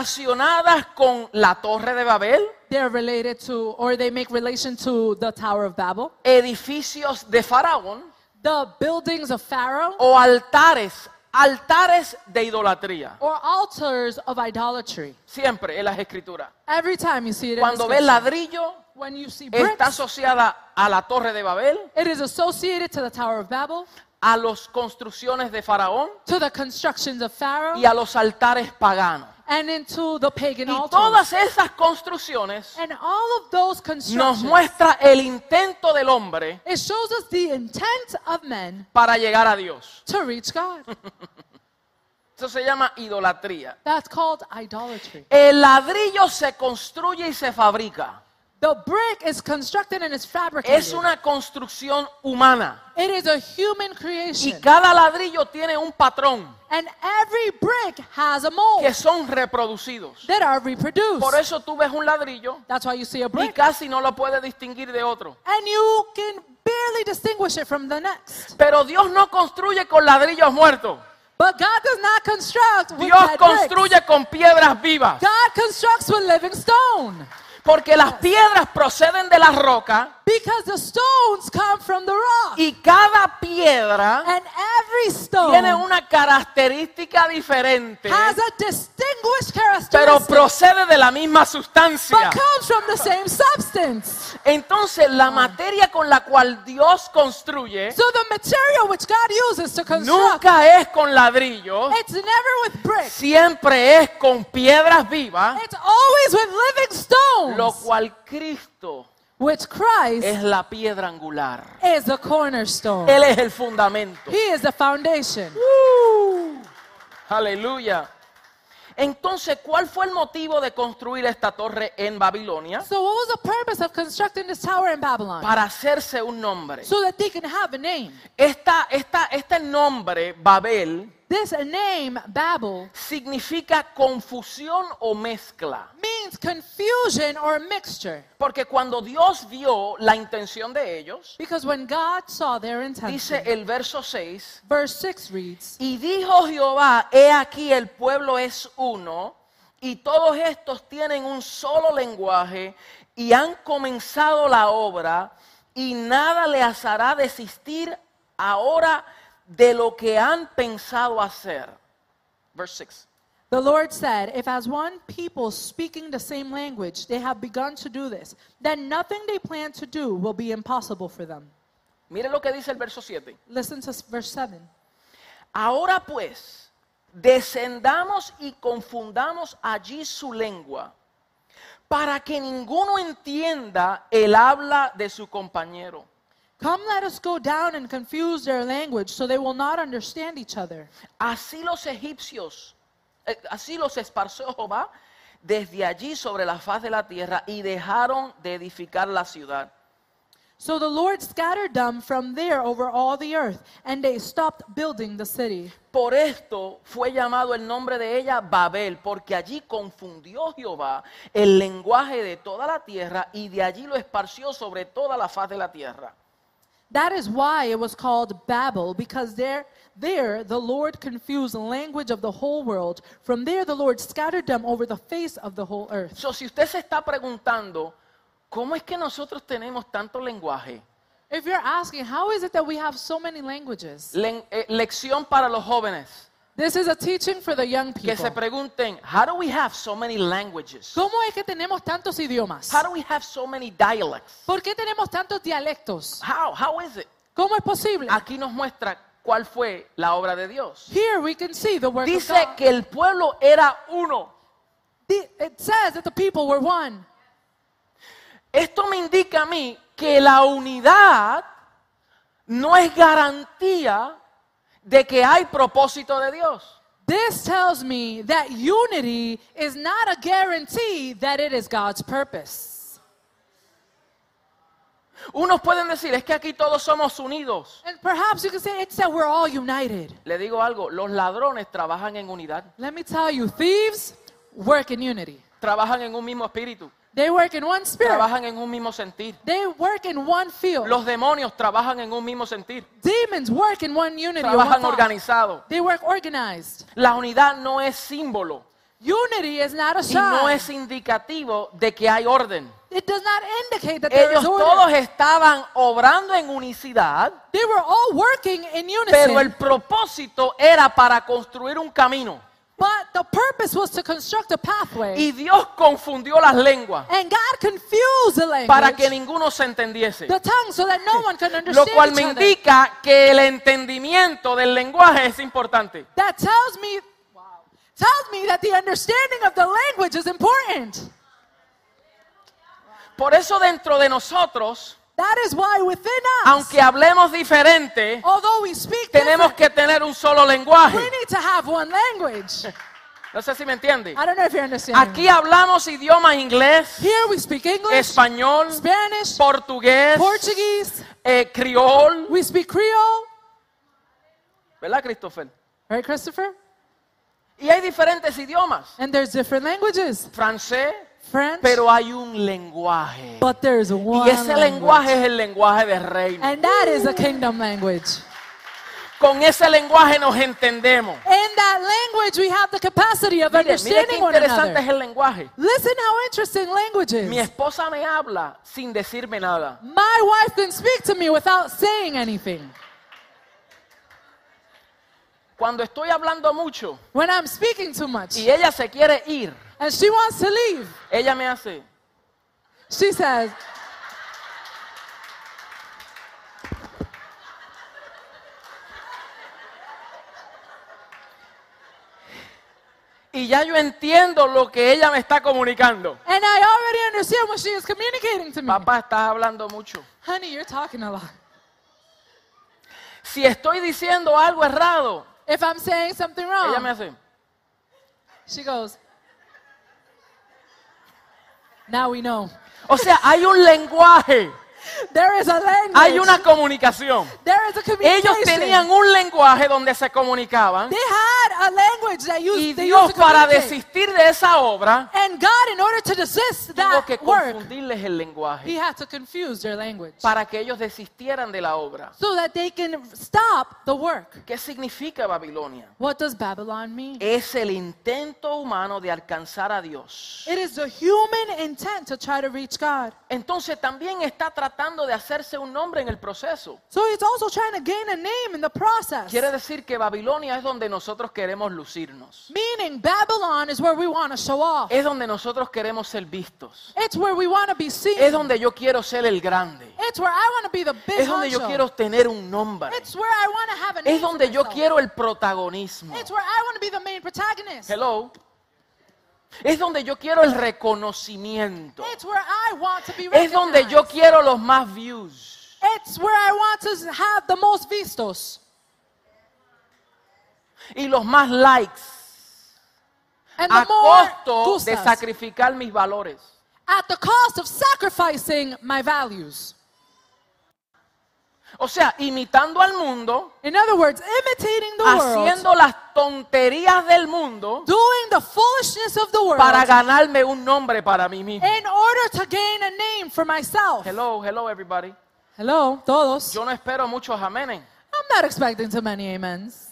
B: relacionadas con la Torre de Babel,
D: they're related to, or they make relation to the Tower of Babel,
B: edificios de Faraón
D: the buildings of Pharaoh,
B: o altares, altares de idolatría.
D: or altars of idolatry.
B: Siempre en las escrituras.
D: Every time you see it in the
B: Cuando ves
D: scripture,
B: ladrillo,
D: when you see
B: está
D: bricks,
B: asociada a la Torre de Babel,
D: it is associated to the Tower of Babel,
B: a las construcciones de Faraón
D: to the constructions of Pharaoh
B: y a los altares paganos.
D: and into the pagan
B: Y
D: altars.
B: todas esas construcciones
D: And all of those
B: nos
D: constructions,
B: muestra el intento del hombre
D: it shows us the intent of men
B: para llegar a Dios.
D: to reach God.
B: Eso se llama idolatría.
D: That's called idolatry.
B: El ladrillo se construye y se fabrica.
D: The brick is constructed and is fabricated.
B: Es una construcción humana.
D: It is a human
B: Y
D: creation.
B: cada ladrillo tiene un patrón
D: And every brick has a mold
B: que son reproducidos.
D: that are
B: Por
D: reproduced.
B: eso tú ves un ladrillo
D: That's why you see a
B: y
D: brick.
B: casi no lo puedes distinguir de otro.
D: And you can barely distinguish it from the next.
B: Pero Dios no construye con ladrillos muertos.
D: But God does not construct with
B: Dios
D: dead bricks.
B: construye con piedras vivas.
D: God constructs with living stone.
B: Porque las piedras proceden de la roca
D: Because the stones come from the rock.
B: y cada piedra
D: And every
B: tiene
D: stone
B: una característica diferente.
D: has a distinguished
B: pero
D: characteristic
B: procede de la misma sustancia.
D: but comes from the same substance.
B: Entonces, la materia con la cual Dios construye
D: So the material which God uses to construct,
B: nunca es con ladrillos,
D: it's never with bricks.
B: siempre es con piedras vivas,
D: It's always with living
B: lo
D: stones,
B: cual Cristo
D: which Christ
B: es la piedra angular.
D: is the cornerstone.
B: Él es el fundamento.
D: He is the foundation.
B: ¡Uh! Aleluya. Entonces, ¿cuál fue el motivo de construir esta torre en Babilonia?
D: So what was the purpose of constructing this tower in Babylon?
B: Para hacerse un nombre.
D: So that they can have a name.
B: Esta, esta, este nombre, Babel,
F: This name, Babel,
B: significa confusión o mezcla.
F: means confusion or mixture.
B: Porque cuando Dios vio la intención de ellos,
F: Because when God saw their intention,
B: dice el verso 6,
F: verse 6 reads,
B: y dijo Jehová, he aquí el pueblo es uno, y todos estos tienen un solo lenguaje, y han comenzado la obra, y nada les hará desistir ahora de lo que han pensado hacer. Verse 6.
F: The Lord said, If as one people speaking the same language they have begun to do this, then nothing they plan to do will be impossible for them.
B: Mire lo que dice el verso 7.
F: Listen to s- verse 7.
B: Ahora pues, descendamos y confundamos allí su lengua, para que ninguno entienda el habla de su compañero.
F: Come, let us go down and confuse their language so they will not understand each other.
B: Así los egipcios, eh, así los esparció Jehová desde allí sobre la faz de la tierra y dejaron de edificar la ciudad.
F: So the Lord scattered them from there over all the earth, and they stopped building the city.
B: Por esto fue llamado el nombre de ella Babel, porque allí confundió Jehová el lenguaje de toda la tierra y de allí lo esparció sobre toda la faz de la tierra.
F: That is why it was called Babel, because there, there the Lord confused the language of the whole world. From there the Lord scattered them over the face of the whole earth.
B: So, si usted se está preguntando, ¿cómo es que nosotros tenemos tanto lenguaje?
D: If you're asking, how is it that we have so many languages?
B: Len- eh, lección para los jóvenes
D: This is a teaching for the young
B: que se
D: people.
B: pregunten, how do we have so many languages?
D: ¿Cómo es que tenemos tantos idiomas?
B: How do we have so many dialects?
D: ¿Por qué tenemos tantos dialectos?
B: How? How is it?
D: ¿Cómo es posible?
B: Aquí nos muestra cuál fue la obra de Dios.
D: Here we can see the work of
B: Dice
D: God.
B: que el pueblo era uno.
D: The- It says that the people were one.
B: Esto me indica a mí que la unidad no es garantía de que hay propósito de Dios.
D: This tells me that unity is not a guarantee that it is God's purpose.
B: Unos pueden decir, es que aquí todos somos unidos.
D: And perhaps you can say it's that we're all united.
B: Le digo algo, los ladrones trabajan en unidad,
D: Let me tell you, thieves work in unity.
B: trabajan en un mismo espíritu,
D: They work in one spirit.
B: trabajan en un mismo sentir.
D: They work in one field.
B: Los demonios trabajan en un mismo sentir,
D: Demons work in one unity. or one
B: trabajan
D: thought.
B: organizados.
D: They work organized.
B: La unidad no es símbolo
D: Unity is not a
B: y no
D: sign.
B: es indicativo de que hay orden.
D: It does not indicate that there
B: Ellos
D: is
B: todos
D: order.
B: estaban obrando en unicidad,
D: They were all working in
B: pero el
D: unison.
B: propósito era para construir un camino.
D: But the purpose was to construct a pathway.
B: Y Dios confundió las lenguas
D: And God confused the
B: para que
D: language,
B: ninguno se entendiese.
D: the tongue, so that no one can
B: Lo
D: understand
B: cual
D: each
B: me
D: other.
B: indica que el entendimiento del lenguaje es importante.
D: That tells me, tells me that the understanding of the language is important.
B: Por eso dentro de nosotros,
D: That is why within us,
B: aunque hablemos diferente,
D: although we speak
B: tenemos
D: different,
B: que tener un solo
D: we
B: lenguaje.
D: need to have one language.
B: No sé si me entiende.
D: I don't know if you understand.
B: Aquí hablamos idioma inglés,
D: Here we speak English,
B: español,
D: Spanish,
B: portugués,
D: Portuguese.
B: eh, criol.
D: We speak Creole.
B: ¿Verdad, Christopher?
D: Right, Christopher?
B: Y hay diferentes idiomas.
D: And there's different languages.
B: Francés,
D: French.
B: pero hay un lenguaje.
D: but there's
B: Y
D: one
B: ese
D: language.
B: lenguaje es el lenguaje del reino.
D: And that is a kingdom language.
B: Con ese lenguaje nos entendemos.
D: In that language, we have the capacity of
B: Mire, mire qué
D: understanding one
B: interesante es
D: another.
B: el lenguaje.
D: Listen how interesting language
B: Mi
D: is.
B: esposa me habla sin decirme nada.
D: My wife can speak to me without saying anything.
B: Cuando estoy hablando mucho
D: When I'm speaking too much
B: y ella se quiere ir,
D: and she wants to leave,
B: ella me hace.
D: she says,
B: Y ya yo entiendo lo que ella me está comunicando.
D: and I already understand what she is communicating to me.
B: Papá, estás hablando mucho.
D: Honey, you're talking a lot.
B: Si estoy diciendo algo errado,
D: If I'm saying something
B: ella me
D: wrong,
B: hace.
D: she goes, Now we know.
B: O sea, hay un lenguaje
D: There is a language.
B: Hay una comunicación.
D: There is a
B: Ellos
D: communication.
B: tenían un lenguaje donde se comunicaban.
D: They had a language that used,
B: Y
D: they
B: Dios
D: used to
B: para
D: communicate.
B: desistir de esa obra
D: And God, in order to desist
B: tuvo que
D: that work,
B: confundirles el
D: He
B: lenguaje
D: had to confuse their language
B: para que ellos desistieran de la obra.
D: so that they can stop the work.
B: ¿Qué significa Babilonia?
D: What does Babylon mean?
B: Es el intento humano de alcanzar a Dios.
D: It is the human intent to try to reach God.
B: Entonces también está tratando de hacerse un nombre en el proceso.
D: So it's also trying to gain a name in the process.
B: Quiere decir que Babilonia es donde nosotros queremos lucirnos.
D: Meaning Babylon is where we want to show off.
B: Es donde nosotros queremos ser vistos.
D: It's where we want to be seen.
B: Es donde yo quiero ser el grande.
D: It's where I want to be the big
B: Es donde yo
D: honcho.
B: quiero tener un nombre.
D: It's where I want to have a name
B: Es
D: for
B: donde yo
D: myself.
B: quiero el protagonismo.
D: It's where I want to be the main protagonist.
B: Hello. Es donde yo quiero el reconocimiento.
D: It's where I want to be
B: Es
D: recognized.
B: donde yo quiero los más views.
D: It's where I want to have the most vistos
B: Y los más likes.
D: and the
B: A
D: more
B: costo de
D: gustas.
B: sacrificar mis valores.
D: at the cost of sacrificing my values.
B: O sea, imitando al mundo,
D: In other words, imitating the world,
B: haciendo las tonterías del mundo
D: doing the foolishness of the world
B: para ganarme un nombre para mí mismo.
D: in order to gain a name for myself.
B: Hello, hello everybody.
D: Hello, todos.
B: Yo no espero muchos amenes.
D: I'm not expecting too many amens,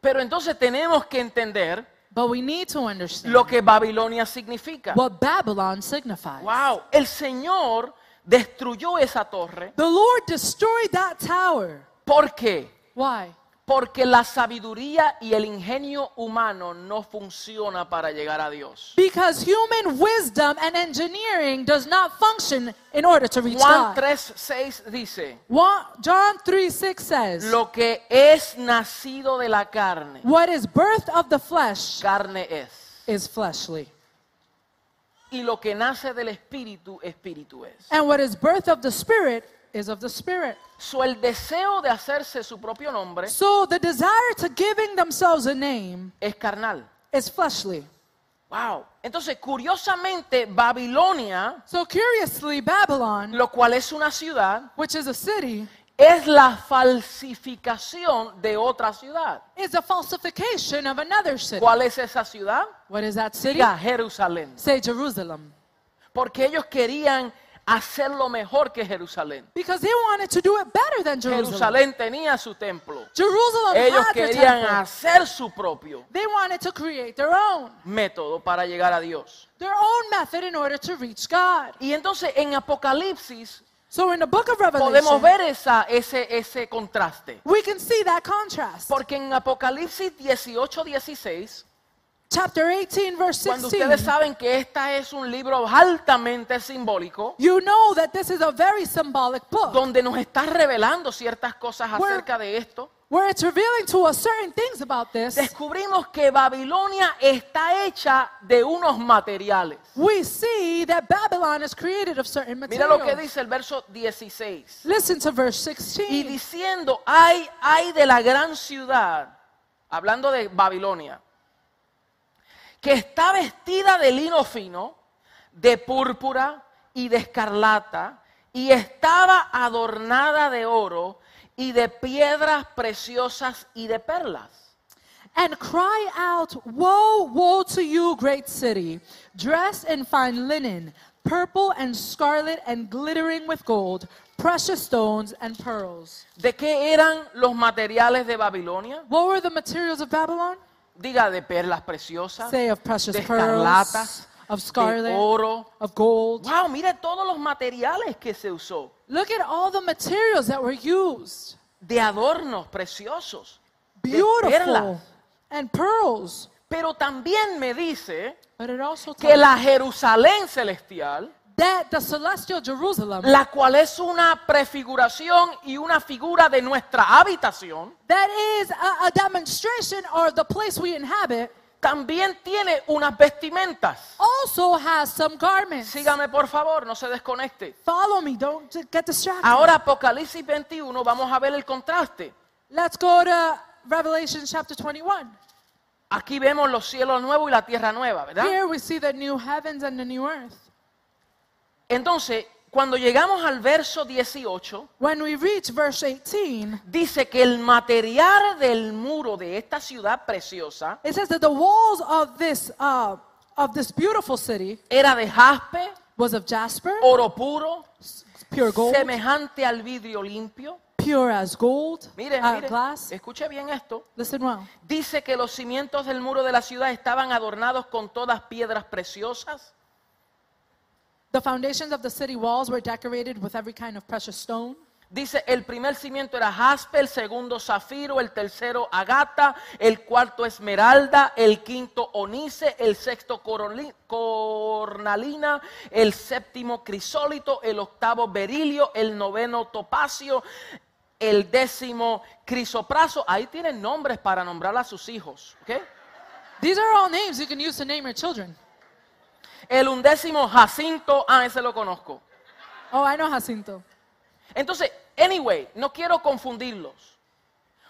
B: Pero entonces tenemos que entender
D: but we need to understand
B: lo que Babilonia significa.
D: what Babylon signifies.
B: Wow, el Señor destruyó esa torre.
D: The Lord destroyed that tower.
B: ¿Por qué?
D: Why?
B: Porque la sabiduría y el ingenio humano no funciona para llegar a Dios.
D: Because human wisdom and engineering does not function in order to reach
B: Juan
D: God.
B: 3:6 dice,
D: One, John 3 6 says,
B: lo que es nacido de la carne,
D: What is birth of the flesh
B: carne es.
D: is fleshly,
B: Y lo que nace del espíritu, espíritu es.
D: and what is birth of the spirit is of the spirit.
B: So, el deseo de hacerse su propio nombre
D: So the desire to giving themselves a name
B: es carnal.
D: is fleshly.
B: Wow. Entonces, curiosamente, Babilonia,
D: So curiously, Babylon,
B: lo cual es una ciudad,
D: which is a city,
B: es la falsificación de otra ciudad.
D: is a falsification of another city.
B: ¿Cuál es esa ciudad?
D: What is that city?
B: Diga Jerusalén.
D: Say Jerusalem.
B: Porque ellos querían hacerlo mejor que Jerusalén.
D: Because they wanted to do it better than Jerusalem.
B: Jerusalén tenía su templo.
D: Jerusalem
B: Ellos
D: had their
B: querían
D: temple.
B: hacer su propio
D: They wanted to create their own,
B: método para llegar a Dios.
D: their own method in order to reach God.
B: Y entonces en Apocalipsis
D: So in the book of
B: podemos
D: Revelation,
B: ver esa, ese, ese contraste.
D: we can see that contrast.
B: Porque en Apocalipsis 18, 16,
D: Chapter 18, verse
B: cuando
D: 16.
B: ustedes saben que esta es un libro altamente simbólico,
D: You know that this is a very symbolic book
B: donde nos está revelando ciertas cosas
D: Where-
B: acerca de esto,
D: where it's revealing to us certain things about this.
B: descubrimos que Babilonia está hecha de unos materiales.
D: We see that Babylon is created of certain
B: Mira lo que
D: materials.
B: dice el verso 16.
D: Listen to verse
B: Y
D: 16.
B: diciendo, ay, ay de la gran ciudad, hablando de Babilonia, que está vestida de lino fino, de púrpura y de escarlata, y estaba adornada de oro y de piedras preciosas y de perlas.
D: And cry out, Woe, woe to you, great city, dressed in fine linen, purple and scarlet, and glittering with gold, precious stones and pearls.
B: ¿De qué eran los materiales de Babilonia?
D: What were the materials of Babylon?
B: Diga de perlas preciosas.
D: Say of precious
B: de
D: pearls,
B: escarlatas,
D: of scarlet,
B: de oro.
D: of gold.
B: Wow, mire todos los materiales que se usó.
D: Look at all the materials that were used.
B: De adornos preciosos. de
D: Beautiful
B: perlas.
D: and pearls.
B: Pero también me dice
D: But it also
B: que
D: tells
B: la Jerusalén celestial,
D: that the celestial Jerusalem
B: la cual es una prefiguración y una figura de nuestra habitación,
D: That is a, a demonstration or the place we inhabit
B: también tiene unas vestimentas.
D: also has some garments.
B: Sígame por favor, no se desconecte.
D: Follow me, don't j- get distracted.
B: Ahora Apocalipsis 21, vamos a ver el contraste.
D: Let's go to Revelation chapter 21.
B: Aquí vemos los cielos nuevos y la tierra nueva, ¿verdad?
D: Here we see the new heavens and the new earth.
B: Entonces, Cuando llegamos al verso 18,
D: When we reach verse 18,
B: dice que el material del muro de esta ciudad preciosa
D: it says that the walls of this uh, of this beautiful city
B: era de jaspe,
D: was of jasper,
B: oro puro,
D: pure gold,
B: semejante al vidrio limpio.
D: pure as gold,
B: Mire,
D: uh,
B: mire,
D: glass.
B: escuche bien esto.
D: Listen well.
B: Dice que los cimientos del muro de la ciudad estaban adornados con todas piedras preciosas.
D: The foundations of the city walls were decorated with every kind of precious stone.
B: Dice, el primer cimiento era jaspe, el segundo zafiro, el tercero agata, el cuarto esmeralda, el quinto onice, el sexto coroli- cornalina, el séptimo crisólito, el octavo berilio, el noveno topacio, el décimo crisopraso. Ahí tienen nombres para nombrar a sus hijos. ¿ok?
D: These are all names you can use to name your children.
B: El undécimo jacinto, ah, ese lo conozco.
D: Oh, I know Jacinto.
B: Entonces, anyway, no quiero confundirlos.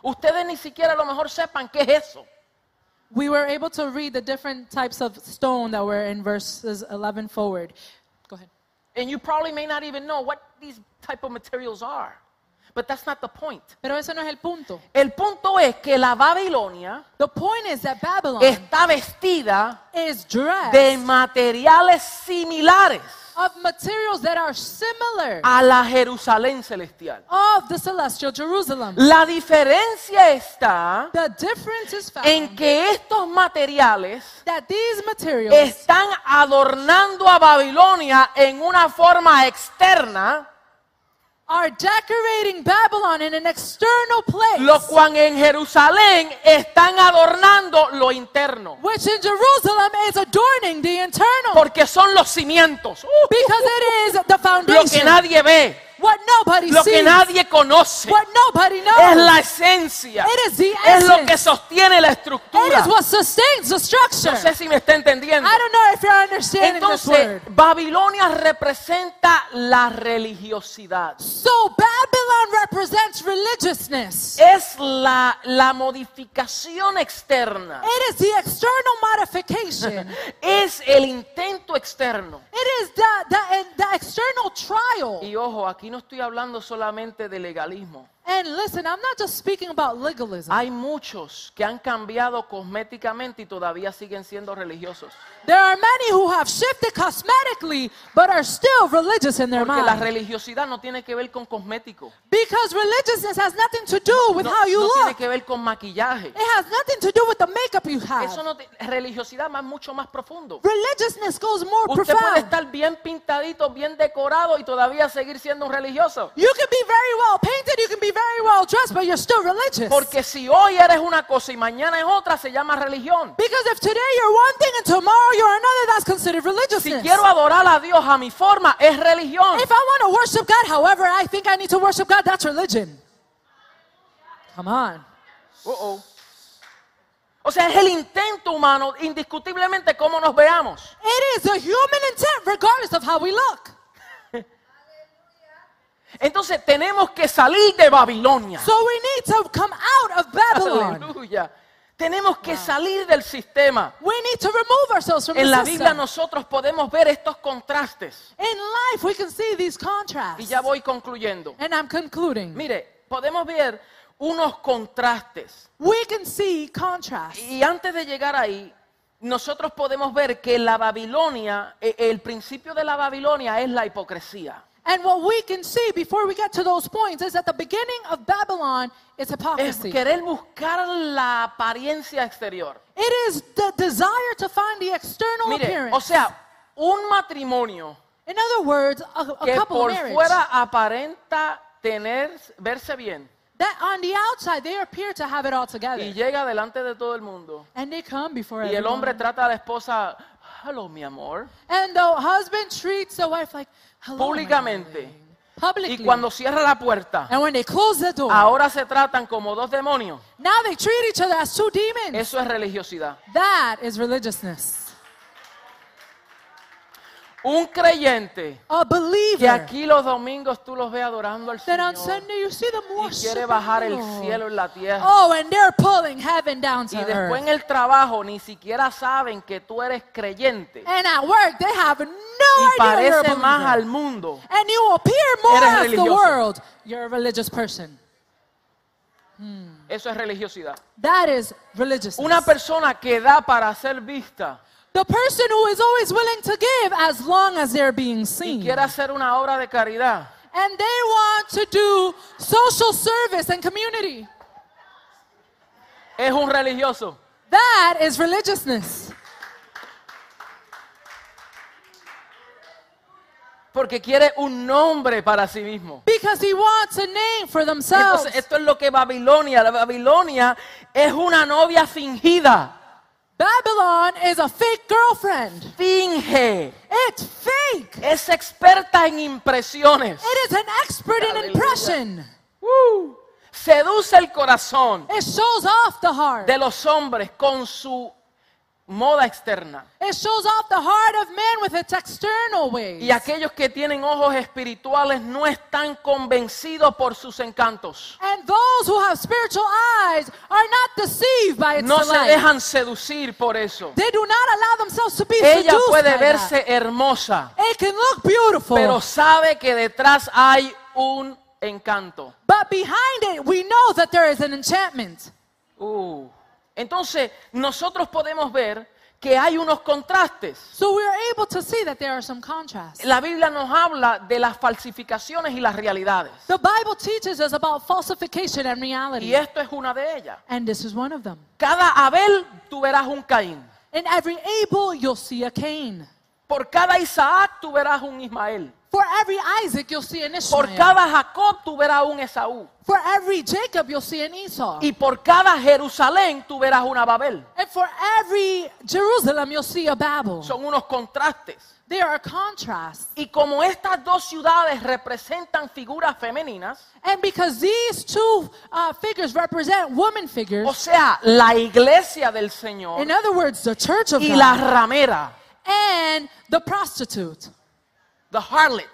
B: Ustedes ni siquiera a lo mejor sepan qué es eso.
D: We were able to read the different types of stone that were in verses 11 forward. Go ahead.
B: And you probably may not even know what these type of materials are. But that's not the point.
D: Pero ese no es el punto.
B: El punto es que la Babilonia
D: The point is that Babylon
B: está vestida
D: is dressed
B: de materiales similares
D: of materials that are similar
B: a la Jerusalén celestial.
D: of the celestial Jerusalem.
B: La diferencia está
D: The difference is found
B: en que estos materiales
D: that these materials
B: están adornando a Babilonia en una forma externa,
D: are decorating Babylon in an external place,
B: lo cual en Jerusalén están adornando lo interno.
D: which in Jerusalem is adorning the internal
B: porque son los cimientos. Uh,
D: because it is the
B: lo que
D: foundation.
B: nadie ve,
D: what nobody
B: lo que
D: sees,
B: nadie conoce,
D: what nobody knows.
B: es la esencia.
D: It is the
B: Es lo que
D: essence.
B: sostiene la
D: It
B: estructura.
D: is what sustains the structure.
B: No sé si me está entendiendo.
D: I don't know if you're understanding this
B: Entonces,
D: word.
B: Babilonia representa la religiosidad.
D: So Babylon represents religiousness.
B: Es la, la modificación externa.
D: It is the external modification.
B: Es el intento externo.
D: It is the, the, and the external trial.
B: Y ojo, aquí no estoy hablando solamente de legalismo.
D: And listen, I'm not just speaking about legalism.
B: Hay muchos que han cambiado cosméticamente y todavía siguen siendo religiosos.
D: There are many who have shifted cosmetically but are still religious in their
B: Porque la
D: mind.
B: religiosidad no tiene que ver con cosmético.
D: Because religiousness has nothing to do with
B: No,
D: how you
B: no tiene
D: look.
B: que ver con maquillaje.
D: It has nothing to do with the makeup you
B: Eso
D: have.
B: no te- religiosidad más mucho más profundo.
D: Religiousness goes more
B: Usted puede
D: profound.
B: estar bien pintadito, bien decorado y todavía seguir siendo un religioso.
D: You can be very well painted, you can be very well dressed, but you're still religious.
B: Porque si hoy eres una cosa y mañana es otra, se llama religión.
D: because if today you're one thing and tomorrow you're another, that's considered
B: Si
D: religiousness.
B: quiero adorar a Dios a mi forma, es religión.
D: if I want to worship God, however, I think I need to worship God, that's religion. Come on.
B: Uh-oh. O sea, es el intento humano, indiscutiblemente, cómo nos veamos.
D: It is a human intent, regardless of how we look.
B: Entonces tenemos que salir de Babilonia.
D: So we need to come out of Babylon.
B: Aleluya. Tenemos que salir del sistema.
D: We need to remove ourselves from
B: En
D: the
B: la Biblia
D: system.
B: nosotros podemos ver estos contrastes.
D: In life, we can see these
B: Y
D: contrasts.
B: ya voy concluyendo.
D: And I'm concluding.
B: Mire, podemos ver unos contrastes.
D: We can see contrasts.
B: Y antes de llegar ahí, nosotros podemos ver que la Babilonia, eh, el principio de la Babilonia es la hipocresía.
D: And what we can see before we get to those points is that the beginning of Babylon is
B: Es
D: hypocrisy.
B: querer buscar la apariencia exterior.
D: It is the desire to find the external
B: Mire,
D: appearance.
B: o sea, un matrimonio
D: In other words, a, a
B: que
D: couple
B: por
D: marriage
B: fuera aparenta tener verse bien
D: that on the outside they appear to have it all together.
B: y llega delante de todo el mundo
D: And they come before
B: y el
D: everyone.
B: hombre trata a la esposa, hello mi amor,
D: And the husband treats the wife like hello, my
B: públicamente
D: darling." Publicly.
B: y cuando cierra la puerta,
D: And when they close the door,
B: ahora se tratan como dos demonios.
D: now they treat each other as two demons.
B: Eso es religiosidad.
D: That is religiousness.
B: Un creyente
D: A believer
B: que aquí los domingos tú los ves adorando al
D: that on
B: Señor
D: Sunday you see them
B: y quiere
D: worshiping
B: bajar el
D: the Lord.
B: cielo en la tierra.
D: Oh, and they're pulling heaven down to
B: Y después en
D: earth.
B: el trabajo ni siquiera saben que tú eres creyente.
D: And at work, they have no
B: y
D: more idea you're a
B: parece más
D: believer.
B: al mundo.
D: And you appear more
B: Eres
D: as the
B: religioso.
D: world. You're a religious person.
B: Eso es religiosidad.
D: That is religious.
B: Una persona que da para ser vista
D: the person who is always willing to give as long as they're being
B: y
D: seen.
B: quiere hacer una obra de caridad,
D: And they want to do social service and community.
B: es un religioso.
D: That is religiousness.
B: Porque quiere un nombre para sí mismo.
D: Because he wants a name for themselves.
B: Entonces, esto es lo que Babilonia, la Babilonia es una novia fingida.
D: Babylon is a fake girlfriend.
B: Finge.
D: It's fake.
B: Es experta en impresiones.
D: It is an expert in
B: Hallelujah.
D: impression.
B: Uh, Seduce el corazón
D: It shows off the heart.
B: de los hombres con su moda externa.
D: It shows off the heart of men with its external ways.
B: Y aquellos que tienen ojos espirituales no están convencidos por sus encantos.
D: And those who have spiritual eyes are not deceived by its
B: No se
D: delight.
B: dejan seducir por eso.
D: They do not allow themselves to be
B: Ella
D: seduced
B: puede
D: by that. Oh.
B: verse hermosa,
D: It can look beautiful,
B: pero sabe que detrás hay un encanto.
D: but behind it, we know that there is an enchantment.
B: Uh. Entonces, nosotros podemos ver que hay unos contrastes.
D: So we are able to see that there are some contrasts.
B: La Biblia nos habla de las falsificaciones y las realidades.
D: The Bible teaches us about falsification and reality,
B: Y esto es una de ellas.
D: and this is one of them.
B: Cada Abel tú verás un Caín.
D: In every Abel, you'll see a Cain.
B: Por cada Isaac tú verás un Ismael.
D: For every Isaac, you'll see an Ishmael.
B: Por cada Jacob tú verás un Esaú.
D: For every Jacob, you'll see an Esau.
B: Y por cada Jerusalén tú verás una Babel.
D: And for every Jerusalem, you'll see a Babel.
B: Son unos contrastes.
D: There are contrasts.
B: Y como estas dos ciudades representan figuras femeninas,
D: And because these two uh, figures represent woman figures,
B: o sea, la iglesia del Oh, Señor
D: in other words, the church of
B: y la
D: God,
B: ramera,
D: and the prostitute.
B: the harlot.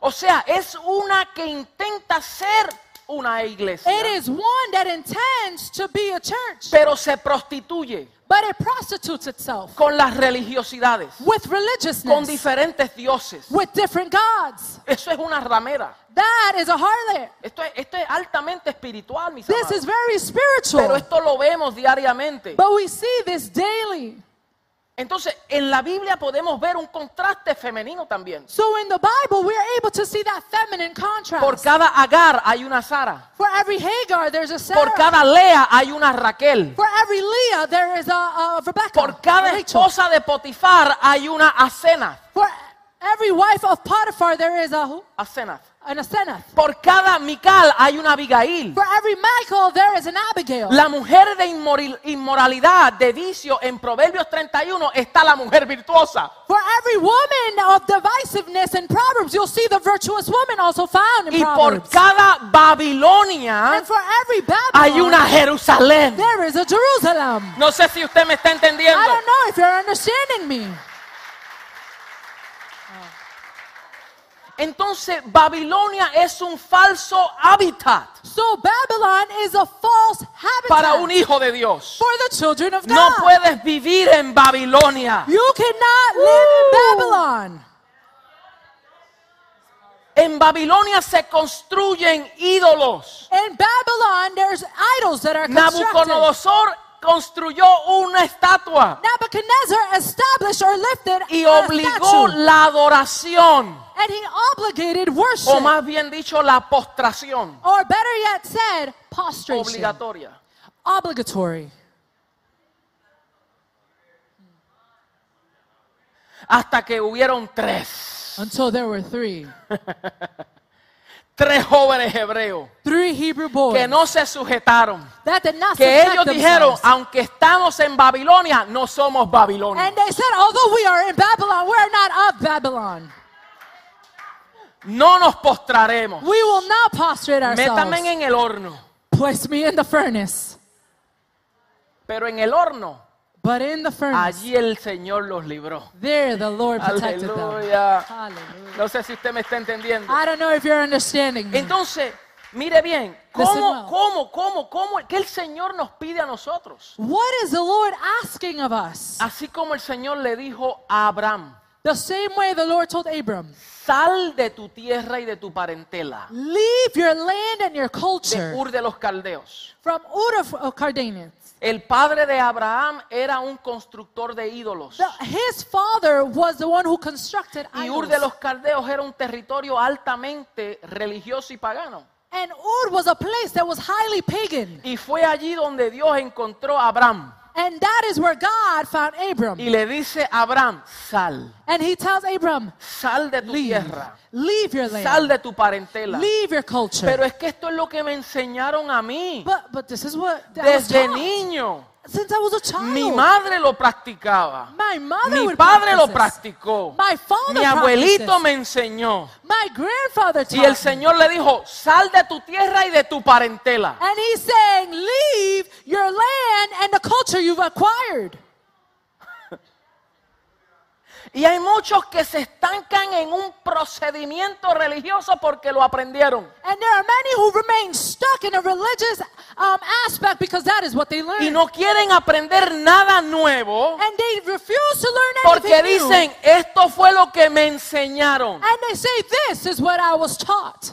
B: O sea, es una que intenta ser una iglesia,
D: It is one that intends to be a church,
B: pero se prostituye
D: but it prostitutes itself
B: con las religiosidades,
D: with
B: con
D: religiousness,
B: diferentes dioses.
D: with different gods.
B: Eso es una ramera.
D: That is a harlot.
B: Esto es, esto es altamente espiritual, mis
D: This
B: amados.
D: is very
B: Pero
D: spiritual,
B: esto lo vemos diariamente.
D: but we see this daily.
B: Entonces, en la Biblia podemos ver un contraste femenino también.
D: So in the Bible, we are able to see that feminine
B: Por
D: contrast.
B: cada Agar hay una Sara.
D: For every Hagar, there's a Sarah.
B: Por cada Lea hay una Raquel.
D: For every Leah, there is a, a Rebecca.
B: Por cada
D: a Rachel.
B: esposa de Potifar hay una Asena.
D: For every wife of Potiphar, there is a who?
B: Asena.
D: An Asenath.
B: Por cada Mical hay una Abigail.
D: For every Michael, there is an Abigail.
B: La mujer de inmoril- inmoralidad, de vicio, en Proverbios 31 está la mujer virtuosa.
D: For every woman of divisiveness in Proverbs, you'll see the virtuous woman also found in
B: Y por
D: Proverbs.
B: cada Babilonia
D: and for every
B: hay una
D: Babylon,
B: Jerusalén.
D: there is a Jerusalem.
B: No sé si usted me está entendiendo.
D: I don't know if you're understanding me.
B: Entonces, Babilonia es un falso hábitat
D: So Babylon is a false habitat
B: para un hijo de Dios.
D: for the children of
B: No
D: God.
B: puedes vivir en Babilonia.
D: you cannot live
B: Woo.
D: in Babylon.
B: En Babilonia se construyen ídolos.
D: In Babylon, there's idols that are constructed.
B: Nabucodonosor construyó una estatua
D: Nebuchadnezzar established or lifted
B: y
D: a
B: obligó
D: statue,
B: la adoración,
D: and he obligated worship,
B: o más bien dicho, la postración
D: or better yet said, prostration,
B: obligatoria.
D: obligatory.
B: Hasta que hubieron tres,
D: Until there were three,
B: tres jóvenes hebreos
D: three Hebrew boys
B: que no se sujetaron.
D: that did not
B: que
D: subject
B: ellos dijeron,
D: themselves.
B: aunque estamos en Babilonia, no somos Babilonia.
D: and they said, although we are in Babylon, we are not of Babylon.
B: No nos postraremos.
D: We will not prostrate ourselves.
B: Métame en el horno.
D: Place me in the furnace.
B: Pero en el horno,
D: But in the furnace,
B: allí el Señor los libró.
D: there the Lord protected them.
B: Aleluya.
D: Hallelujah.
B: No sé si usted me está entendiendo.
D: I don't know if you're understanding me.
B: Entonces, mire bien, ¿cómo,
D: well.
B: cómo, cómo, cómo, qué el Señor nos pide a nosotros? Ah.
D: What is the Lord asking of us?
B: Así como el Señor le dijo a Abraham,
D: The same way the Lord told Abram,
B: Sal de tu tierra y de tu parentela,
D: leave your land and your
B: de
D: culture
B: Ur de los Caldeos.
D: from Ur of of Cardenas.
B: El padre de Abraham era un constructor de ídolos.
D: The- his father was the one who constructed
B: Y Ur de
D: idols.
B: los Caldeos era un territorio altamente religioso y pagano.
D: And Ur was a place that was highly pagan.
B: Y fue allí donde Dios encontró a Abraham.
D: And that is where God found Abram.
B: Y le dice a Abraham, sal,
D: And he tells Abram,
B: sal de tu tierra,
D: leave your
B: sal
D: land,
B: de tu parentela.
D: leave your culture.
B: Pero es que esto es lo que me enseñaron a mí
D: But, but this is what I was
B: desde
D: taught.
B: niño.
D: Since I was a child,
B: Mi madre lo practicaba.
D: my mother
B: Mi
D: would
B: padre lo
D: practice this.
B: practicó.
D: My father
B: Mi abuelito
D: practiced
B: me enseñó.
D: My grandfather taught
B: Y el
D: me.
B: Señor le dijo, sal de tu tierra y de tu parentela.
D: And he's saying, leave your land and the culture you've acquired.
B: Y hay muchos que se estancan en un procedimiento religioso porque lo aprendieron.
D: And there are many who remain stuck in a religious um, aspect because that is what they learned.
B: Y no quieren aprender nada nuevo
D: and they refuse to learn
B: porque
D: anything new.
B: dicen, esto fue lo que me enseñaron.
D: And they say, this is what I was taught.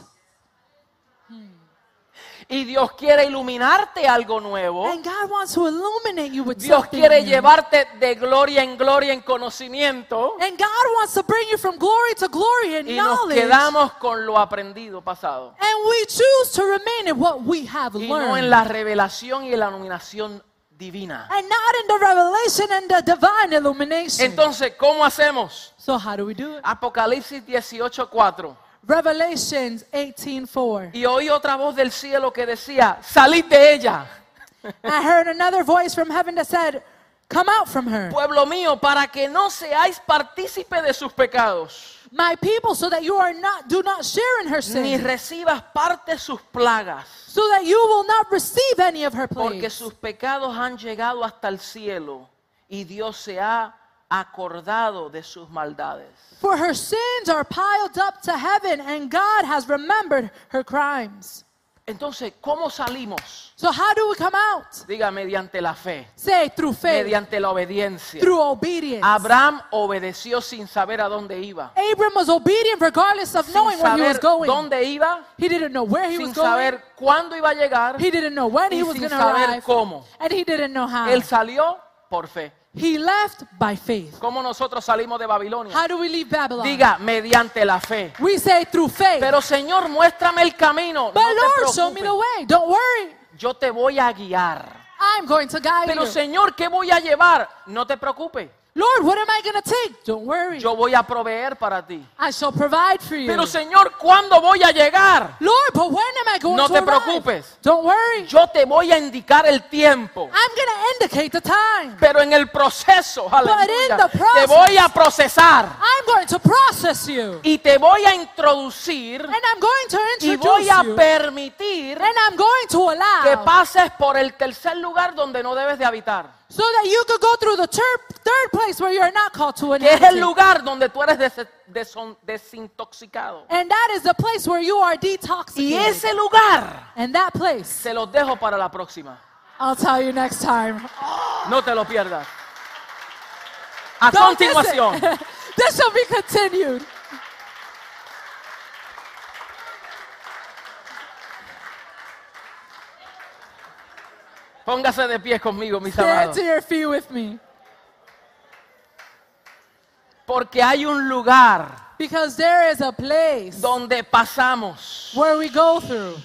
B: Y Dios quiere iluminarte algo nuevo.
D: And God wants to illuminate you with
B: Oh. Dios
D: something
B: quiere
D: new.
B: llevarte de gloria en gloria en conocimiento.
D: And God wants to bring you from glory to glory in
B: Y nos
D: knowledge.
B: quedamos con lo aprendido pasado.
D: And we choose to remain in what we have
B: Y
D: learned.
B: no en la revelación y en la iluminación divina.
D: And not in the revelation and the divine illumination.
B: Entonces, ah. ¿cómo hacemos?
D: so how do we do it?
B: Apocalipsis 18:4.
D: Revelations 18:4.
B: Y oí otra voz del cielo que decía, salid de ella,
D: I heard another voice from heaven that said, "Come out from her,
B: pueblo mío, para que no seáis partícipe de sus pecados,
D: my people, so that you are not do not share in her
B: ni
D: sin,
B: recibas parte de sus plagas,
D: so that you will not receive any of her
B: porque
D: plagues,
B: sus pecados han llegado hasta el cielo y Dios se ha acordado de sus maldades.
D: for her sins are piled up to heaven, and God has remembered her crimes."
B: Entonces, ¿cómo salimos?
D: So how do we come out?
B: Diga, mediante la fe,
D: Say through faith,
B: mediante la obediencia.
D: through obedience.
B: Abraham obedeció sin saber a dónde iba,
D: Abram was obedient regardless of
B: sin
D: knowing where he was
B: saber
D: going.
B: dónde iba.
D: He didn't know where he was
B: sin
D: going.
B: saber cuándo iba a llegar.
D: He didn't know when
B: y
D: he was
B: sin
D: going to
B: saber
D: arrive.
B: cómo.
D: And he didn't know how.
B: Él salió por fe.
D: He left by faith.
B: ¿Cómo nosotros salimos de Babilonia?
D: How do we leave Babylon?
B: Diga, mediante la fe.
D: We say through faith.
B: Pero Señor, muéstrame el camino. No
D: but
B: te
D: Lord, show me
B: preocupes.
D: the way. Don't worry.
B: Yo te voy a guiar.
D: I'm going to guide
B: Pero
D: you.
B: Señor, ¿qué voy a llevar? No te preocupes.
D: Lord, what am I going to take? Don't worry.
B: Yo voy a proveer para ti.
D: I shall provide for you.
B: Pero Señor, ¿cuándo voy a llegar?
D: Lord, but when am I going
B: No
D: to
B: te
D: arrive?
B: preocupes.
D: Don't worry.
B: Yo te voy a indicar el tiempo.
D: I'm going to indicate the time.
B: Pero en el proceso, aleluya,
D: the
B: te
D: process-
B: voy a procesar.
D: I'm going to process you.
B: y te voy a introducir
D: And I'm going to
B: y
D: introduce
B: voy a
D: you.
B: permitir
D: And I'm going to
B: que
D: allow
B: pases por el tercer lugar donde no debes de habitar,
D: so that you could go through the ter- third place where you are not called to
B: que es el
D: inherit.
B: lugar donde tú eres des- deson- desintoxicado.
D: And that is the place where you are
B: Y
D: detoxing.
B: ese lugar
D: And that place,
B: se los dejo para la próxima.
D: I'll tell you next time.
B: No te lo pierdas. A
D: Don't miss it.
B: continuación,
D: this will be continued.
B: póngase de pie conmigo, mis
D: Stand
B: amados,
D: to your feet with me.
B: porque hay un lugar
D: Because there is a place
B: donde pasamos
D: where we go through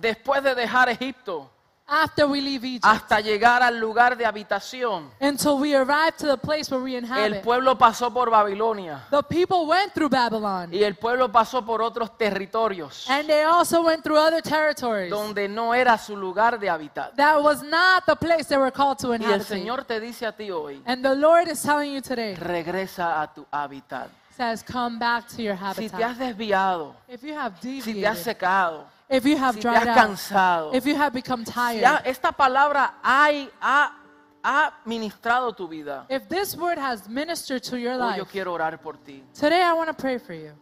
B: después de dejar Egipto
D: after we leave Egypt
B: hasta llegar al lugar de habitación.
D: until we arrive to the place where we
B: El
D: inhabit.
B: pueblo pasó por Babilonia
D: The people went through Babylon
B: y el pueblo pasó por otros territorios
D: and they also went through other territories.
B: donde no era su lugar de hábitat.
D: That was not the place they were called to
B: Y el
D: inhabit.
B: Señor te dice a ti hoy,
D: And the Lord is telling you today,
B: regresa a tu hábitat.
D: says, come back to your
B: Si te has
D: habitat.
B: desviado,
D: If you have
B: si te has
D: deviated,
B: secado,
D: if you
B: si
D: have
B: te
D: dried
B: has
D: out,
B: cansado,
D: if you have become
B: si ha-
D: tired,
B: esta palabra hay, ha, ha ministrado tu vida,
D: if this word has ministered to your
B: hoy Oh, yo
D: life,
B: quiero orar por ti,
D: today I want to pray for you.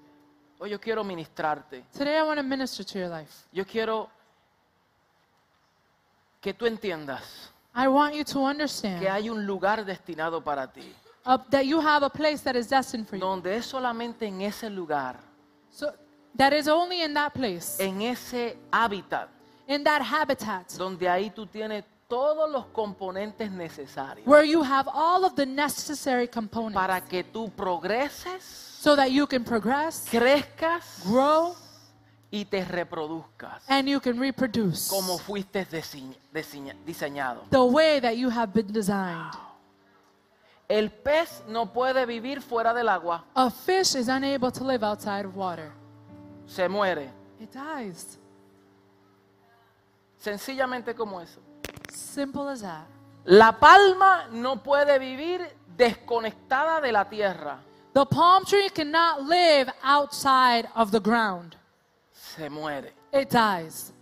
B: hoy yo quiero ministrarte,
D: Today I want to minister to your life.
B: yo quiero que tú entiendas
D: I want you to
B: que
D: understand
B: hay un lugar destinado para ti.
D: uh, that you have a place that is destined for you.
B: donde es solamente en ese lugar,
D: So that is only in that place,
B: en ese hábitat,
D: in that habitat,
B: donde ahí tú tienes todos los componentes necesarios
D: where you have all of the necessary components
B: para que tú progreses,
D: so that you can progress,
B: crezcas
D: grow,
B: y te reproduzcas
D: and you can reproduce
B: como fuiste desi- desiña- diseñado.
D: the way that you have been designed.
B: El pez no puede vivir fuera del agua,
D: A fish is unable to live outside of water.
B: se muere.
D: It dies.
B: Sencillamente como eso.
D: Simple as that.
B: La palma no puede vivir desconectada de la tierra,
D: The palm tree cannot live outside of the ground.
B: se muere.
D: It dies.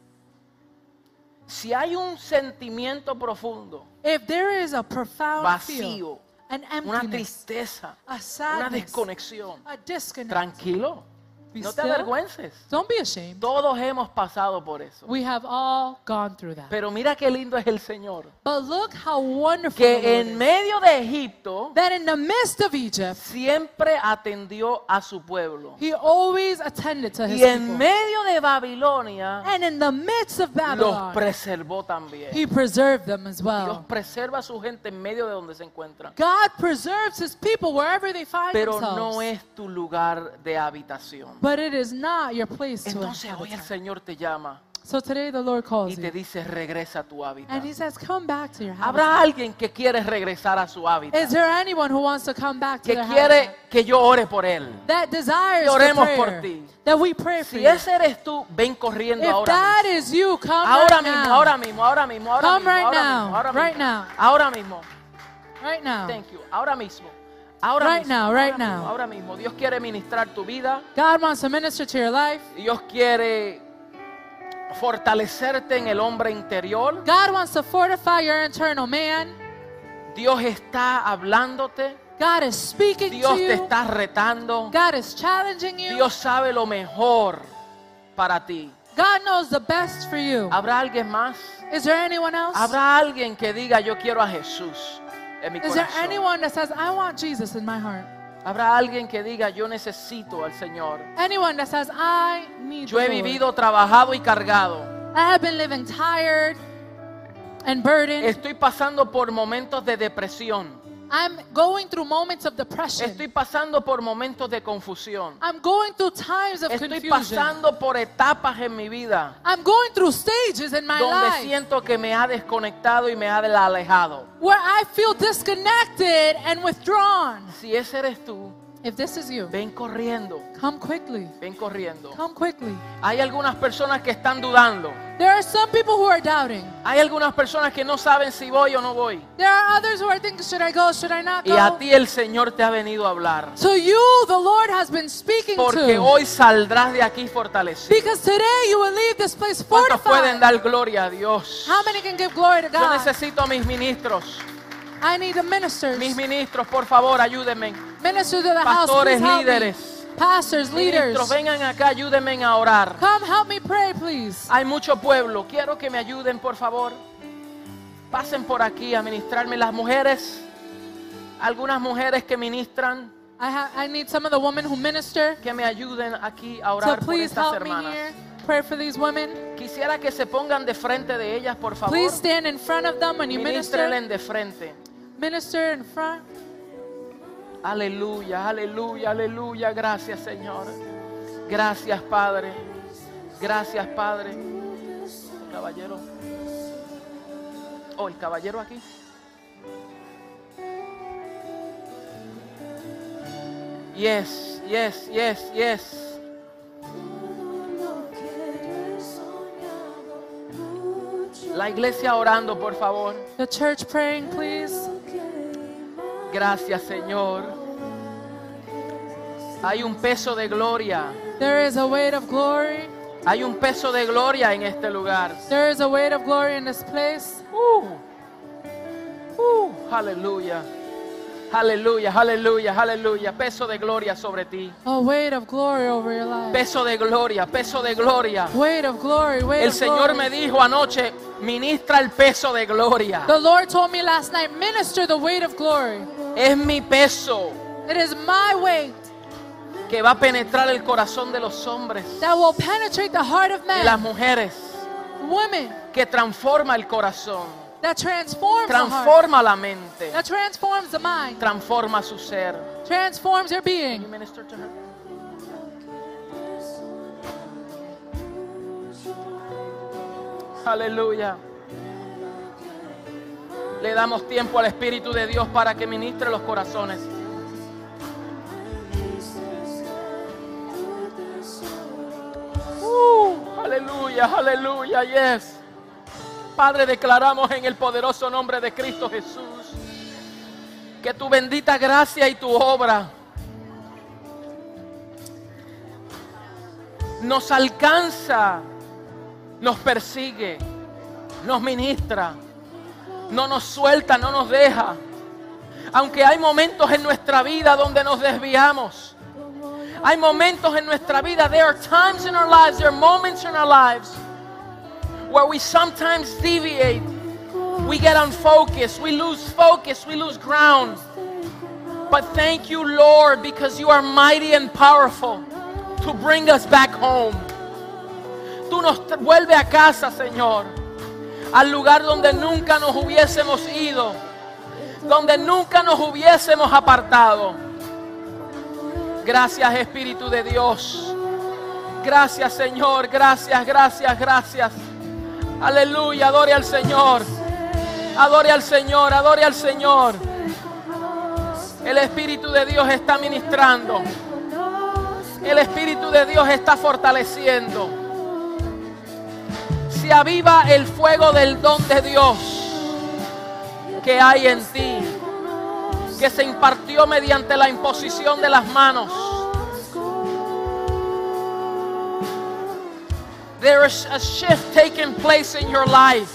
B: Si hay un sentimiento profundo,
D: If there is a profound
B: vacío,
D: feel, an
B: una
D: emptiness,
B: tristeza,
D: a
B: una
D: sadness,
B: desconexión,
D: a disconnect,
B: tranquilo,
D: Be
B: no te
D: still.
B: avergüences.
D: don't be ashamed.
B: Todos hemos pasado por eso.
D: We have all gone through that.
B: Pero mira qué lindo es el Señor.
D: But look how wonderful the
B: Que
D: Lord
B: en
D: is,
B: medio de Egipto
D: that in the midst of Egypt,
B: siempre atendió a su pueblo.
D: he always attended to his
B: Y en
D: people.
B: medio de Babilonia
D: And in the midst
B: los
D: of Babylon,
B: preservó también.
D: he preserved them as
B: Dios
D: well.
B: preserva a su gente en medio de donde se encuentran.
D: God preserves his people wherever they find
B: Pero
D: themselves.
B: no es tu lugar de habitación.
D: But it is not your place to
B: Entonces hoy
D: inhabit.
B: el Señor te llama
D: So today the Lord
B: y
D: calls
B: te
D: you.
B: dice regresa a tu hábitat.
D: And he says, come back to your house.
B: Habrá alguien que quiere regresar a su
D: Is
B: hábitat.
D: there anyone who wants to come back to
B: Que
D: their house?
B: quiere que yo ore por él.
D: That desires
B: Que
D: for
B: oremos por
D: prayer.
B: ti.
D: That we pray for
B: Si
D: you.
B: ese eres tú, ven corriendo
D: if
B: ahora
D: that
B: mismo.
D: is you, come
B: Ahora
D: right
B: mismo,
D: now.
B: ahora mismo, ahora mismo, ahora
D: Come
B: mismo,
D: right
B: ahora
D: now,
B: mismo, ahora
D: right
B: mismo.
D: now.
B: Ahora mismo.
D: Right now.
B: Thank you. Ahora mismo. Ahora
D: Right
B: mismo.
D: now,
B: ahora
D: right
B: mismo,
D: now.
B: Ahora mismo. Dios quiere ministrar tu vida.
D: God wants to minister to your life.
B: Dios quiere fortalecerte en el hombre interior.
D: God wants to fortify your internal man.
B: Dios está hablándote.
D: God is speaking
B: Dios
D: to
B: te
D: you.
B: está retando.
D: God is challenging you.
B: Dios sabe lo mejor para ti.
D: God knows the best for you.
B: ¿Habrá alguien más?
D: Is there anyone else?
B: ¿Habrá alguien que diga yo quiero a Jesús en mi
D: Is there
B: corazón?
D: anyone that says, I want Jesus in my heart?
B: ¿Habrá alguien que diga yo necesito al Señor?
D: Anyone that says, I need
B: Yo he
D: the Lord.
B: vivido trabajado y cargado.
D: I have been living tired and burdened.
B: Estoy pasando por momentos de depresión.
D: I'm going through moments of depression.
B: Estoy pasando por momentos de confusión.
D: I'm going through times of
B: Estoy
D: confusion.
B: pasando por etapas en mi vida
D: I'm going through stages in my
B: donde
D: life
B: siento que me ha desconectado y me ha alejado.
D: where I feel disconnected and withdrawn.
B: Si ese eres tú,
D: If this is you,
B: ven corriendo,
D: come quickly.
B: ven corriendo.
D: Come quickly.
B: Hay algunas personas que están dudando.
D: There are some people who are doubting.
B: Hay algunas personas que no saben si voy o no voy.
D: There are others who are thinking, should I go? Should I not
B: Y a
D: go?
B: ti el Señor te ha venido a hablar.
D: To you, the Lord has been speaking
B: Porque
D: to.
B: hoy saldrás de aquí fortalecido.
D: Because today you will leave this place
B: ¿Cuántos pueden
D: fortified.
B: dar gloria a Dios?
D: How many can give glory to
B: Yo
D: God?
B: necesito a mis ministros.
D: I need the ministers.
B: Mis ministros, por favor, ayúdenme.
D: Ministers of the house,
B: Pastores,
D: please help
B: líderes.
D: me. Pastors, leaders.
B: Ministros, vengan acá, ayúdenme a orar.
D: Come help me pray, please.
B: Hay mucho pueblo. Quiero que me ayuden, por favor. Pasen por aquí a ministrarme las mujeres. Algunas mujeres que ministran,
D: I, ha- I need some of the women who minister.
B: que me ayuden aquí a
D: So
B: orar por
D: please
B: estas
D: help me here.
B: hermanas.
D: Pray for these women.
B: Quisiera que se pongan de frente de ellas, por favor.
D: Please stand in front of them when you minister.
B: Ministrenle de frente.
D: Minister in front.
B: Aleluya, aleluya, aleluya. Gracias, Señor. Gracias, Padre. Gracias, Padre. Caballero. Oh, el caballero aquí. Yes, yes, yes, yes. La iglesia orando, por favor.
D: The church praying, please.
B: Gracias, Señor. Hay un peso de gloria.
D: There is a weight of glory.
B: Hay un peso de gloria en este lugar.
D: There is a weight of glory in this place.
B: Uh, uh, aleluya. Aleluya, aleluya, aleluya. Peso de gloria sobre ti.
D: A weight of glory over your life.
B: Peso de gloria, peso de gloria.
D: Weight of glory, weight
B: El
D: of glory.
B: Señor me dijo anoche, ministra el peso de gloria.
D: The Lord told me last night, minister the weight of glory.
B: Es mi peso
E: It is my weight
B: que va a penetrar el corazón de los hombres
E: that will penetrate the heart of
B: y las
E: men,
B: mujeres,
E: women,
B: que transforma el corazón,
E: that transforms the heart,
B: transforma la mente,
E: that transforms the mind,
B: transforma su ser.
E: transforms your
B: Can you
E: being.
B: minister to her? Aleluya. Le damos tiempo al Espíritu de Dios para que ministre los corazones. Uh, aleluya, aleluya, yes. Padre, declaramos en el poderoso nombre de Cristo Jesús que tu bendita gracia y tu obra nos alcanza, nos persigue, nos ministra, no nos suelta, no nos deja. Aunque hay momentos en nuestra vida donde nos desviamos. Hay momentos en nuestra vida, there are times in our lives, there are moments in our lives where we sometimes deviate. We get unfocused, we lose focus, we lose ground. But thank you, Lord, because you are mighty and powerful to bring us back home. Tú nos tra- vuelve a casa, Señor, al lugar donde nunca nos hubiésemos ido, donde nunca nos hubiésemos apartado. Gracias, Espíritu de Dios. Gracias, Señor. Gracias, gracias, gracias. Aleluya, adore al Señor. Adore al Señor, adore al Señor. El Espíritu de Dios está ministrando. El Espíritu de Dios está fortaleciendo. Se aviva el fuego del don de Dios que hay en ti, que se impartió mediante la imposición de las manos. There is a shift taking place in your life.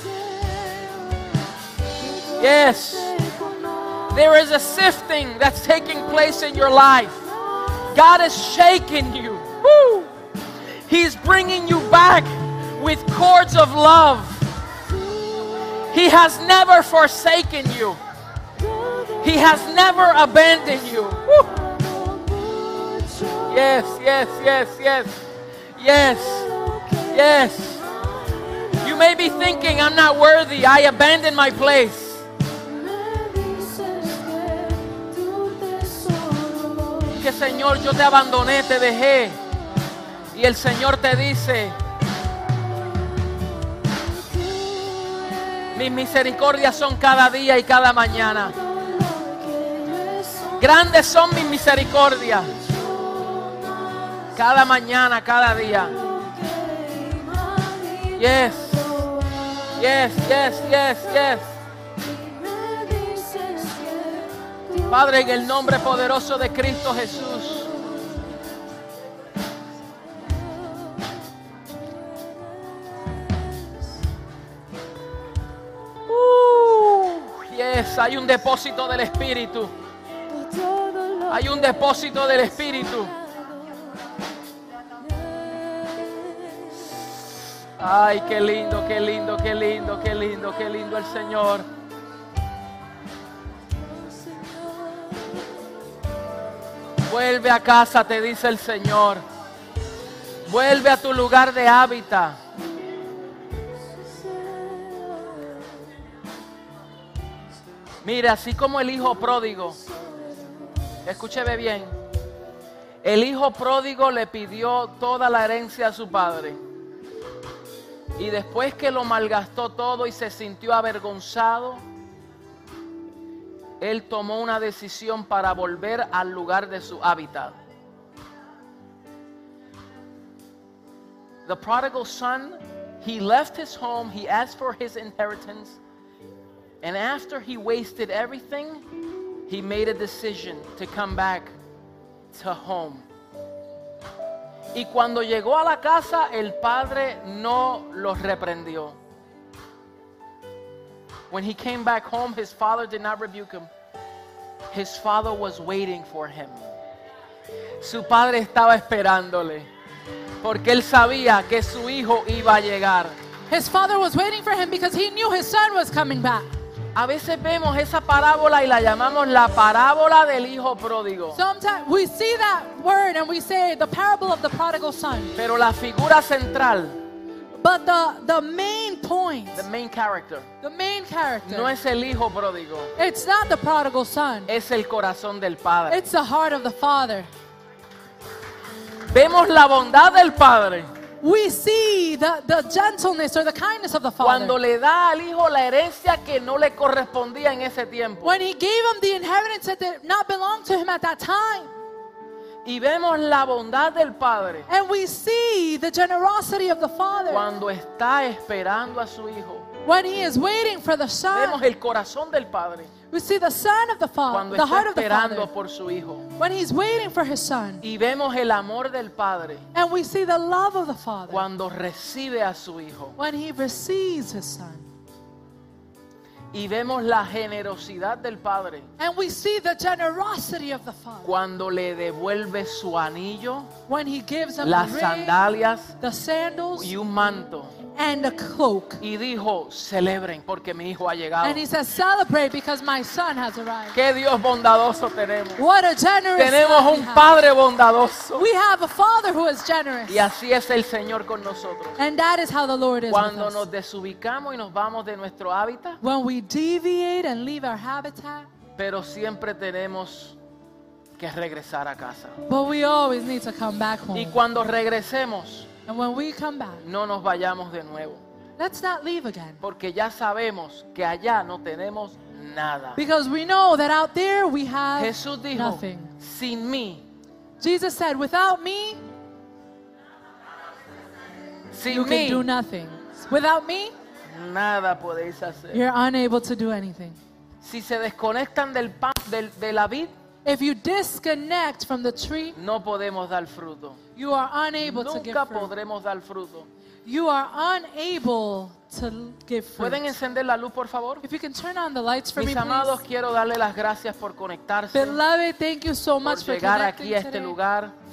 B: Yes. There is a sifting that's taking place in your life. God is shaking you. Woo! He's bringing you back with cords of love. He has never forsaken you. He has never abandoned you. Woo! Yes, yes, yes, yes. Yes. Yes. You may be thinking, I'm not worthy. I abandoned my place. que Señor, yo te abandoné, te dejé. Y el Señor te dice, mis misericordias son cada día y cada mañana. Grandes son mis misericordias. Cada mañana, cada día. Yes. Yes, yes, yes, yes. Padre, en el nombre poderoso de Cristo Jesús. Uh, yes, hay un depósito del Espíritu. Hay un depósito del Espíritu. Ay, qué lindo, qué lindo, qué lindo, qué lindo, qué lindo el Señor. Vuelve a casa, te dice el Señor. Vuelve a tu lugar de hábitat. Mira, así como el hijo pródigo, escúcheme bien, el hijo pródigo le pidió toda la herencia a su padre. Y después que lo malgastó todo y se sintió avergonzado, él tomó una decisión para volver al lugar de su hábitat. The prodigal son, he left his home, he asked for his inheritance, and after he wasted everything, he made a decision to come back to home. Y cuando llegó a la casa, el padre no los reprendió. When he came back home, his father did not rebuke him. His father was waiting for him. Su padre estaba esperándole porque él sabía que su hijo iba a llegar.
E: His father was waiting for him because he knew his son was coming back.
B: A veces vemos esa parábola y la llamamos la parábola del hijo pródigo.
D: Sometimes we see that word and we say the parable of the prodigal son.
B: Pero la figura central,
D: But the, the main point,
B: the main character,
D: the main character,
B: no es el hijo pródigo,
D: it's not the prodigal son.
B: es el corazón del Padre.
D: It's the heart of the father.
B: Vemos la bondad del Padre
D: We see the, the gentleness or the kindness of the father.
B: cuando le da al hijo la herencia que no le correspondía en ese tiempo.
D: when he gave him the inheritance that did not belong to him at that time.
B: Y vemos la bondad del Padre
D: And we see the generosity of the father
B: cuando está esperando a su hijo.
D: when he is waiting for the
B: Vemos
D: son.
B: el corazón del Padre
D: We see the son of the
B: cuando
D: father, Ah. the
B: está
D: heart of the father
B: esperando por su hijo.
D: when he's waiting for his son.
B: Y vemos el amor del Padre
D: And we see the love of the father
B: cuando recibe a su hijo.
D: when he receives his son.
B: Y vemos la generosidad del Padre
D: And we see the generosity of the father
B: cuando le devuelve su anillo,
D: when he gives him
B: las
D: the ring,
B: sandalias
D: the sandals,
B: y un manto.
D: and the cloak.
B: Y dijo, celebren porque mi hijo ha llegado.
D: And he says, celebrate because my son has arrived.
B: Qué Dios bondadoso tenemos.
D: What a generous
B: Tenemos
D: God we
B: un
D: have.
B: Padre bondadoso.
D: We have a Father who is generous.
B: Y así es el Señor con nosotros.
D: And that is how the Lord is with
B: Cuando
D: us.
B: nos desubicamos y nos vamos de nuestro hábitat,
D: When we deviate and leave our habitat,
B: pero siempre tenemos que regresar a casa.
D: but we always need to come back home.
B: Y cuando regresemos,
D: and when we come back,
B: no nos vayamos de nuevo,
D: let's not leave again.
B: porque ya sabemos que allá no tenemos nada.
D: Because we know that out there we have
B: Jesús dijo,
D: nothing.
B: sin mí,
D: Jesus said, without me, you
B: sin
D: can do
B: mí,
D: nothing. Without me,
B: nada podéis hacer.
D: you're unable to do anything.
B: Si se desconectan del pan, del, de la vid,
D: If you disconnect from the tree,
B: no podemos dar fruto.
D: you are unable to give
B: Nunca
D: fruit.
B: podremos dar fruto.
D: You are unable to l- give fruit.
B: ¿Pueden encender la luz, por favor?
D: If you can turn on the lights for me,
B: Mis
D: please.
B: amados, quiero darle las gracias por conectarse,
D: Beloved, thank you so
B: por
D: much for
B: llegar
D: connecting
B: aquí a este
D: today.
B: lugar.